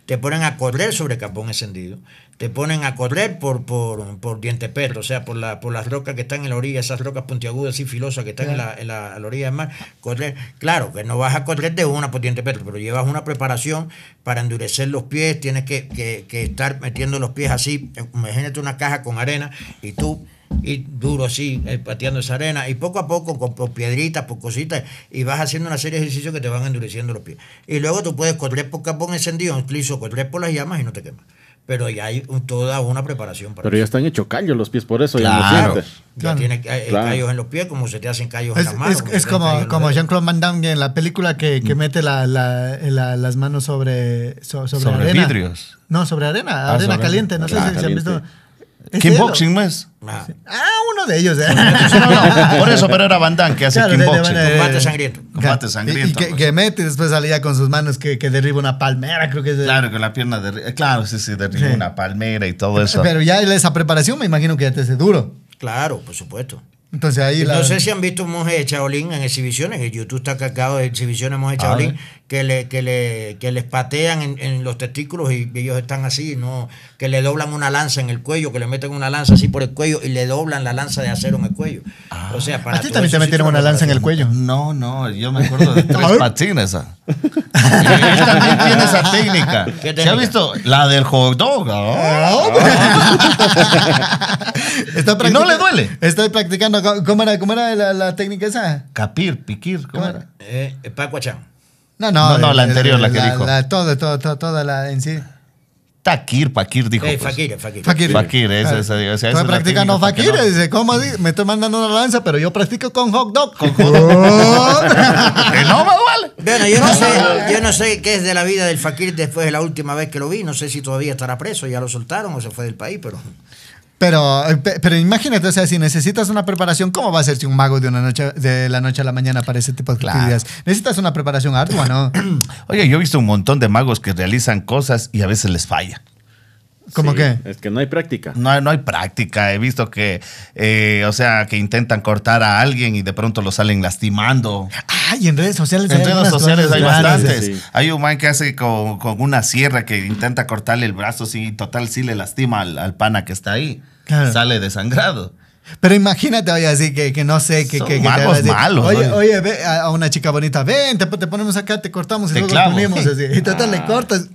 Speaker 5: te ponen a correr sobre capón encendido, te ponen a correr por, por, por diente perro, o sea, por, la, por las rocas que están en la orilla, esas rocas puntiagudas y filosas que están en, la, en la- a la orilla del mar, correr. Claro, que no vas a correr de una por diente perro, pero llevas una preparación para endurecer los pies, tienes que, que- que estar metiendo los pies así, imagínate una caja con arena y tú... Y duro así, eh, pateando esa arena, y poco a poco, con, por piedritas, por cositas, y vas haciendo una serie de ejercicios que te van endureciendo los pies. Y luego tú puedes correr por capón encendido, incluso correr por las llamas y no te quemas. Pero ya hay un- toda una preparación para
Speaker 2: Pero ya están hechos callos los pies, por eso ya no
Speaker 1: Claro.
Speaker 2: sientes.
Speaker 5: Ya
Speaker 3: Claro.
Speaker 5: tienes eh,
Speaker 2: Claro.
Speaker 5: callos en los pies, como se te hacen callos en
Speaker 3: Es,
Speaker 5: las manos.
Speaker 3: es-
Speaker 5: como
Speaker 3: es
Speaker 5: se te hacen callos
Speaker 3: como,
Speaker 5: en los
Speaker 3: como
Speaker 5: dedos.
Speaker 3: Jean-Claude Van Damme en la película que,
Speaker 1: Mm.
Speaker 3: que mete la- la- la- las manos sobre, so- sobre,
Speaker 1: Sobre
Speaker 3: arena.
Speaker 1: vidrios.
Speaker 3: No, sobre arena,
Speaker 1: Ah,
Speaker 3: arena
Speaker 1: sobre-
Speaker 3: caliente. No sé
Speaker 2: Claro,
Speaker 3: si se han visto.
Speaker 2: caliente.
Speaker 3: ¿Es él o-
Speaker 1: Kickboxing no es.
Speaker 5: Ah,
Speaker 3: Ah, uno de ellos. eh.
Speaker 1: No, no, por eso, pero era Van Damme que hace
Speaker 3: Claro, de- de-
Speaker 1: kickboxing.
Speaker 3: de- de-
Speaker 5: Combate sangriento.
Speaker 1: Combate
Speaker 3: Y-
Speaker 1: sangriento,
Speaker 3: Y que,
Speaker 1: pues.
Speaker 3: que mete y después salía con sus manos que, que derriba una palmera, creo que es. de-
Speaker 1: Claro, con la pierna de. Claro, sí, sí, de
Speaker 3: Sí.
Speaker 1: una palmera y todo eso.
Speaker 3: Pero ya esa preparación me imagino que ya te hace duro.
Speaker 5: Claro, por supuesto.
Speaker 3: Entonces ahí la.
Speaker 5: No sé si han visto monjes de Shaolin en exhibiciones. El YouTube está cargado de exhibiciones de monjes de
Speaker 3: Ah, ¿eh?
Speaker 5: Shaolin que, le, que, le, que les patean en, en los testículos y ellos están así, no que le doblan una lanza en el cuello, que le meten una lanza así por el cuello y le doblan la lanza de acero en el cuello. O sea, para
Speaker 3: Ah, a ti también
Speaker 5: todo
Speaker 3: te
Speaker 5: eso sí
Speaker 3: metieron
Speaker 5: tiene
Speaker 3: una lanza en el
Speaker 5: preparación.
Speaker 3: cuello.
Speaker 1: No, no, yo me acuerdo de tres
Speaker 3: Ay.
Speaker 1: patines. ah. Él también tiene esa técnica.
Speaker 5: ¿Qué
Speaker 1: ¿Se ha
Speaker 5: técnica?
Speaker 1: visto? La del hot dog. Ah.
Speaker 3: Oh, Está
Speaker 1: ¿Y no
Speaker 3: practicando-
Speaker 1: le duele?
Speaker 3: Estoy practicando. ¿Cómo- ¿Cómo era, cómo era la, la técnica esa?
Speaker 1: Capir, piquir, ¿cómo era?
Speaker 5: Eh, Pacuachán.
Speaker 3: No, no.
Speaker 1: No, no, la anterior, la que dijo.
Speaker 3: la- todo, todo, todo, toda la en sí.
Speaker 1: Takir, Pakir, dijo.
Speaker 5: Eh,
Speaker 1: pues.
Speaker 5: Fakir, Fakir.
Speaker 3: Fakir. Ah.
Speaker 1: Fakir, esa- esa- esa- esa es
Speaker 3: Estoy
Speaker 1: la
Speaker 3: practicando
Speaker 1: técnica,
Speaker 3: fakir.
Speaker 1: ¿por qué no?
Speaker 3: Dice, ¿cómo así? Me estoy mandando una lanza, pero yo practico con hot dog.
Speaker 1: Que no me duele.
Speaker 5: Bueno, yo no sé, yo no sé qué es de la vida del Fakir después de la última vez que lo vi. No sé si todavía estará preso, ya lo soltaron o se fue del país, pero.
Speaker 3: pero, eh, pe- pero imagínate, o sea, si necesitas una preparación, ¿cómo va a ser si un mago de una noche, de la noche a la mañana para ese tipo de actividades? Necesitas una preparación ardua, ¿no?
Speaker 1: Oye, yo he visto un montón de magos que realizan cosas y a veces les falla.
Speaker 3: ¿Cómo
Speaker 2: Sí,
Speaker 3: qué?
Speaker 2: Es que no hay práctica.
Speaker 1: No hay, no hay práctica. He visto que, eh, o sea, que intentan cortar a alguien y de pronto lo salen lastimando.
Speaker 3: Ay, en redes sociales
Speaker 1: En redes
Speaker 3: algunas
Speaker 1: sociales
Speaker 3: cosas
Speaker 1: hay
Speaker 3: raras.
Speaker 1: bastantes.
Speaker 2: sí, sí.
Speaker 1: Hay un man que hace con, con una sierra que intenta cortarle el brazo, sí, total, sí le lastima al, al pana que está ahí.
Speaker 3: Claro.
Speaker 1: Sale desangrado.
Speaker 3: Pero imagínate, oye, así que, que no sé, que,
Speaker 1: Son
Speaker 3: que, que te
Speaker 1: magos
Speaker 3: hablas de-
Speaker 1: malos,
Speaker 3: Oye,
Speaker 1: oye.
Speaker 3: oye, ve a, a una chica bonita, ven, te, te ponemos acá, te cortamos y
Speaker 1: Te
Speaker 3: luego
Speaker 1: clavo. Ah.
Speaker 3: ponemos así. Y tú te le cortas.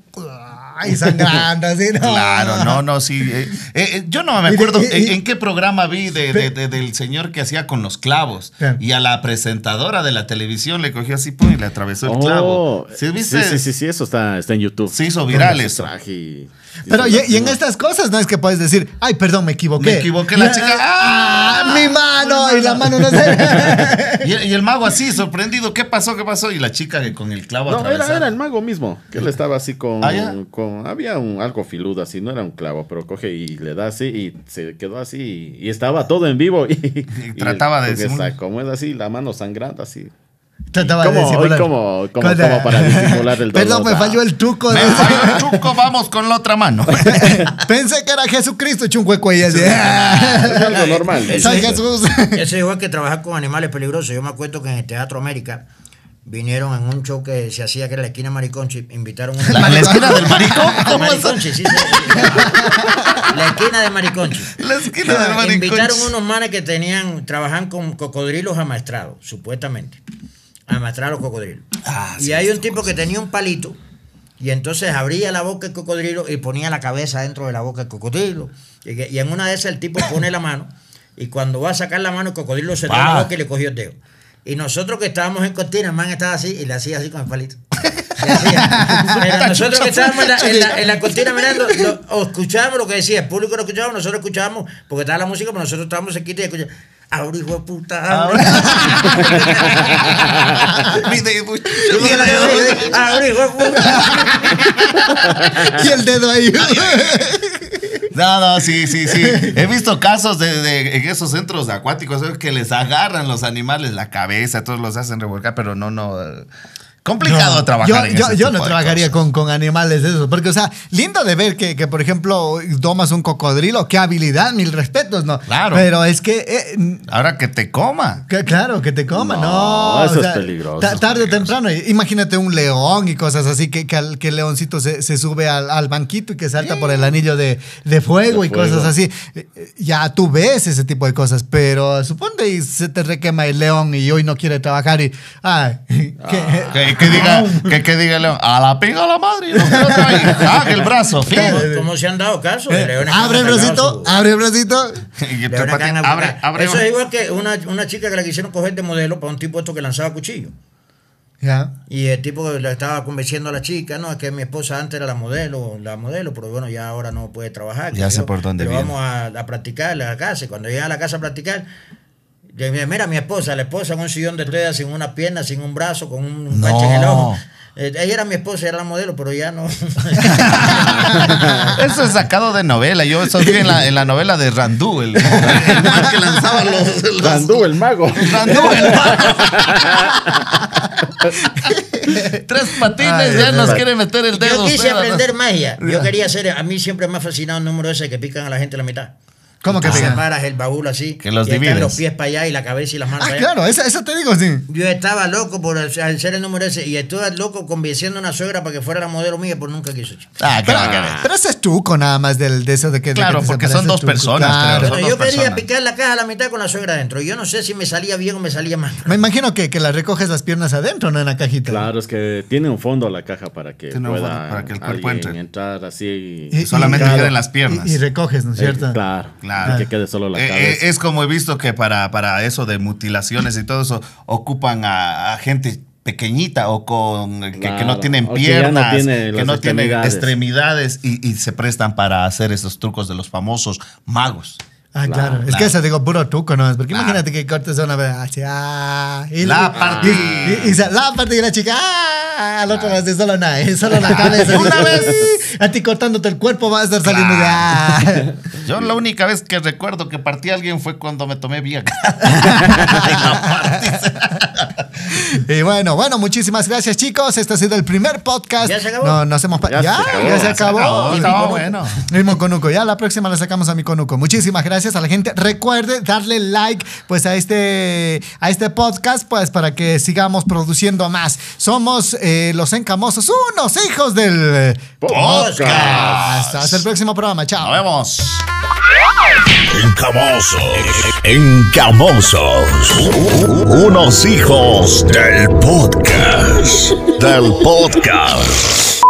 Speaker 3: Ay, sangrando, así, no.
Speaker 1: Claro, no, no, sí. eh, eh, eh, yo no me acuerdo
Speaker 3: Y de- y-
Speaker 1: en, en qué programa vi de, de- de- del señor que hacía con los clavos.
Speaker 3: Claro.
Speaker 1: Y a la presentadora de la televisión le cogió así pum, y le atravesó el clavo.
Speaker 2: Oh,
Speaker 1: ¿Sí, viste?
Speaker 2: sí, sí, sí, sí, eso está, está en YouTube.
Speaker 1: Se hizo viral
Speaker 2: Con
Speaker 1: eso.
Speaker 2: su traje y-
Speaker 3: Pero y, y en
Speaker 2: esta
Speaker 3: estas cosas no es que puedes decir, ay, perdón, me equivoqué.
Speaker 1: Me equivoqué, la
Speaker 3: Ah,
Speaker 1: chica,
Speaker 3: ah,
Speaker 1: ¡ah!
Speaker 3: mi mano y la mano no se.
Speaker 1: Y, y el mago así, sorprendido, ¿qué pasó? ¿Qué pasó? Y la chica que con el clavo
Speaker 2: No, era,
Speaker 1: atravesado.
Speaker 2: era el mago mismo, que él estaba así con...
Speaker 1: Ah, ya.
Speaker 2: con- había un, algo filudo así, no era un clavo, pero coge y le da así y se quedó así y, y estaba todo en vivo. Y, y
Speaker 1: trataba de
Speaker 2: con esa-
Speaker 1: disimular.
Speaker 2: Como es así, la mano sangrando así.
Speaker 3: Trataba
Speaker 2: ¿Cómo?
Speaker 3: de
Speaker 2: Hoy
Speaker 3: disimular.
Speaker 2: cómo- cómo-
Speaker 3: Con la-
Speaker 2: cómo para disimular el dolor,
Speaker 3: Perdón, me
Speaker 2: ah.
Speaker 3: falló el truco.
Speaker 1: Me
Speaker 3: de-
Speaker 1: falló el truco, vamos con la otra mano.
Speaker 3: Pensé que era Jesucristo, hecho un hueco ahí así.
Speaker 2: Es algo normal.
Speaker 5: Eso
Speaker 3: San
Speaker 5: es-
Speaker 3: Jesús.
Speaker 5: Eso es igual que trabajar con animales peligrosos. Yo me acuerdo que en el Teatro América vinieron en un show que se hacía que era la esquina Mariconchi, invitaron a
Speaker 1: La, la esquina del maricón.
Speaker 5: De
Speaker 1: ¿Cómo es?
Speaker 5: Mariconchi, sí, sí, sí. La esquina de Mariconchi.
Speaker 1: La esquina del maricón.
Speaker 5: Invitaron unos manes que tenían, trabajan con cocodrilos amaestrados, supuestamente. Amaestrar los cocodrilos.
Speaker 1: Ah,
Speaker 5: y
Speaker 1: sí,
Speaker 5: hay un tipo que tenía un palito y entonces abría la boca del cocodrilo y ponía la cabeza dentro de la boca del cocodrilo. Y, que- y en una de esas el tipo pone la mano y cuando va a sacar la mano el cocodrilo se
Speaker 1: Pa.
Speaker 5: trabó que le cogió el dedo. Y nosotros que estábamos en cortina, el man estaba así y le hacía así con el palito. Le hacía. Pero nosotros que estábamos en la, en la- en la cortina mirando, lo- o escuchábamos lo que decía, el público lo escuchábamos, nosotros escuchábamos, porque estaba la música, pero nosotros estábamos cerquita y escuchábamos. Ahora hijo de puta. abre".
Speaker 1: Mi dedo.
Speaker 5: Ahora hijo de puta.
Speaker 3: y el dedo ahí.
Speaker 1: No, no, sí, sí, sí. He visto casos de, de- en esos centros acuáticos ¿sabes? que les agarran los animales la cabeza, todos los hacen revolcar, pero no, no. eh, Complicado
Speaker 3: No,
Speaker 1: trabajar
Speaker 3: yo,
Speaker 1: en
Speaker 3: yo,
Speaker 1: ese
Speaker 3: yo
Speaker 1: tipo
Speaker 3: no
Speaker 1: de
Speaker 3: trabajaría
Speaker 1: cosas.
Speaker 3: con, con animales de esos. Porque, o sea, lindo de ver que, que, por ejemplo, domas un cocodrilo. Qué habilidad, mil respetos, ¿no?
Speaker 1: Claro.
Speaker 3: Pero es que. eh, n-
Speaker 1: Ahora que te coma.
Speaker 3: que- claro, que te coma, no.
Speaker 2: No,
Speaker 3: o
Speaker 2: eso es
Speaker 3: sea,
Speaker 2: peligroso.
Speaker 3: ta- tarde o temprano. Imagínate un león y cosas así, que, que, al- que el leoncito se, se sube al, al banquito y que salta por el anillo de, de fuego
Speaker 2: De
Speaker 3: y cosas
Speaker 2: fuego.
Speaker 3: así. Eh, eh, Ya tú ves ese tipo de cosas, pero suponte y se te requema el león y hoy no quiere trabajar y. Ay,
Speaker 2: Ah.
Speaker 3: ¿Eh? que-
Speaker 1: Que, que diga, que, que diga el león, a la pinga la madre. y No quiero otra hija". Ah, el brazo. fin.
Speaker 5: ¿Cómo, cómo se han dado caso? de
Speaker 3: Eh,
Speaker 5: leones que
Speaker 3: abre
Speaker 5: han
Speaker 3: el Ah,
Speaker 5: atacado
Speaker 3: bracito,
Speaker 5: su-
Speaker 3: abre el bracito.
Speaker 1: Y
Speaker 5: Le
Speaker 1: te
Speaker 5: van a
Speaker 1: pati-
Speaker 5: caer en la
Speaker 1: abre,
Speaker 5: boca.
Speaker 1: abre.
Speaker 5: Eso es igual que una, una chica que la quisieron coger de modelo para un tipo esto que lanzaba cuchillo.
Speaker 3: Ya.
Speaker 5: Y el tipo que le estaba convenciendo a la chica, no, es que mi esposa antes era la modelo, la modelo, pero bueno, ya ahora no puede trabajar.
Speaker 1: Ya
Speaker 5: que
Speaker 1: sé
Speaker 5: yo-
Speaker 1: por dónde
Speaker 5: Pero
Speaker 1: viene.
Speaker 5: vamos a, a practicar en la casa. Y cuando llega a la casa a practicar, le dije, mira, mi esposa, la esposa en un sillón de ruedas, sin una pierna, sin un brazo, con un un
Speaker 1: No.
Speaker 5: parche en el ojo. Eh, ella era mi esposa, era la modelo, pero ya no.
Speaker 1: Eso es sacado de novela. Yo eso vi en la, en la novela de Randú, el, el man que lanzaba los. los-
Speaker 2: Randú, el mago.
Speaker 1: Randú, el man. Tres patines,
Speaker 3: Ay,
Speaker 1: ya
Speaker 3: de
Speaker 1: nos
Speaker 3: verdad.
Speaker 1: quiere meter el dedo.
Speaker 5: Yo quise
Speaker 1: usted, ¿no?
Speaker 5: aprender magia. Yo quería ser, a mí siempre me ha fascinado el número ese que pican a la gente la mitad.
Speaker 3: ¿Cómo que
Speaker 5: Tú
Speaker 3: pega?
Speaker 5: separas el baúl así.
Speaker 1: Que los
Speaker 5: y están
Speaker 1: divides.
Speaker 5: los pies para allá y la cabeza y las manos
Speaker 3: Ah,
Speaker 5: para allá.
Speaker 3: claro, eso, eso te digo, sí.
Speaker 5: Yo estaba loco por hacer el número ese y estuve loco convenciendo a una suegra para que fuera la modelo mía, pero nunca quiso. chico.
Speaker 1: Ah,
Speaker 3: Pero,
Speaker 1: claro, claro.
Speaker 3: pero ese es truco nada más del, de eso de que... de
Speaker 1: Claro,
Speaker 3: que te
Speaker 1: porque son
Speaker 3: separas,
Speaker 1: dos
Speaker 3: es truco,
Speaker 1: personas, creo.
Speaker 5: Pero
Speaker 1: Son
Speaker 5: yo
Speaker 1: dos
Speaker 5: quería
Speaker 1: personas.
Speaker 5: picar la caja a la mitad con la suegra adentro. Yo no sé si me salía bien o me salía mal.
Speaker 3: Me imagino que, que la recoges las piernas adentro, no en la cajita.
Speaker 2: Claro, es que tiene un fondo la caja para que
Speaker 1: Tiene un
Speaker 2: pueda
Speaker 1: fondo para que el cuerpo
Speaker 2: alguien
Speaker 1: entre.
Speaker 2: entrar así.
Speaker 3: Y- y-
Speaker 1: Solamente
Speaker 3: claro.
Speaker 1: queden las piernas.
Speaker 3: Y, y recoges, ¿no es
Speaker 2: Eh,
Speaker 3: cierto?
Speaker 2: claro,
Speaker 1: Claro.
Speaker 2: Que quede solo la
Speaker 1: Eh, eh,
Speaker 2: cabeza.
Speaker 1: es como he visto que para, para eso de mutilaciones y todo eso ocupan a, a gente pequeñita o con que, que no
Speaker 2: Claro.
Speaker 1: tienen
Speaker 2: O que ya no
Speaker 1: piernas, que no
Speaker 2: tiene
Speaker 1: tienen,
Speaker 2: las
Speaker 1: extremidades, y, y se prestan para hacer esos trucos de los famosos magos.
Speaker 3: Ah, claro.
Speaker 2: Claro,
Speaker 3: es que
Speaker 1: claro.
Speaker 3: eso digo puro truco, ¿no? Porque
Speaker 1: Claro.
Speaker 3: imagínate que cortes una vez así, ah, y
Speaker 1: La
Speaker 3: y-
Speaker 1: partí.
Speaker 3: Y, y sa- la partí y la chica, ah, al otro lado así, solo una, eh, solo la cabeza.
Speaker 1: Una
Speaker 3: así,
Speaker 1: vez.
Speaker 3: A ti cortándote el cuerpo va a estar saliendo de ah.
Speaker 1: Yo la única vez que recuerdo que partí a alguien fue cuando me tomé Viagra.
Speaker 3: Y bueno, bueno, muchísimas gracias, chicos. Este ha sido el primer podcast.
Speaker 5: ¿Ya se acabó?
Speaker 3: No, nos hemos pa- ya,
Speaker 2: Ya
Speaker 3: ya
Speaker 2: se acabó.
Speaker 3: se acabó.
Speaker 1: No, no, bueno.
Speaker 3: El Moconuco, ya la próxima la sacamos a mi Conuco. Muchísimas gracias a la gente. Recuerde darle like pues a este a este podcast pues para que sigamos produciendo más. Somos eh, los encamosos, unos hijos del podcast. Hasta el próximo programa. Chao.
Speaker 1: Nos vemos.
Speaker 4: Encamosos, encamosos, unos hijos del podcast, del podcast.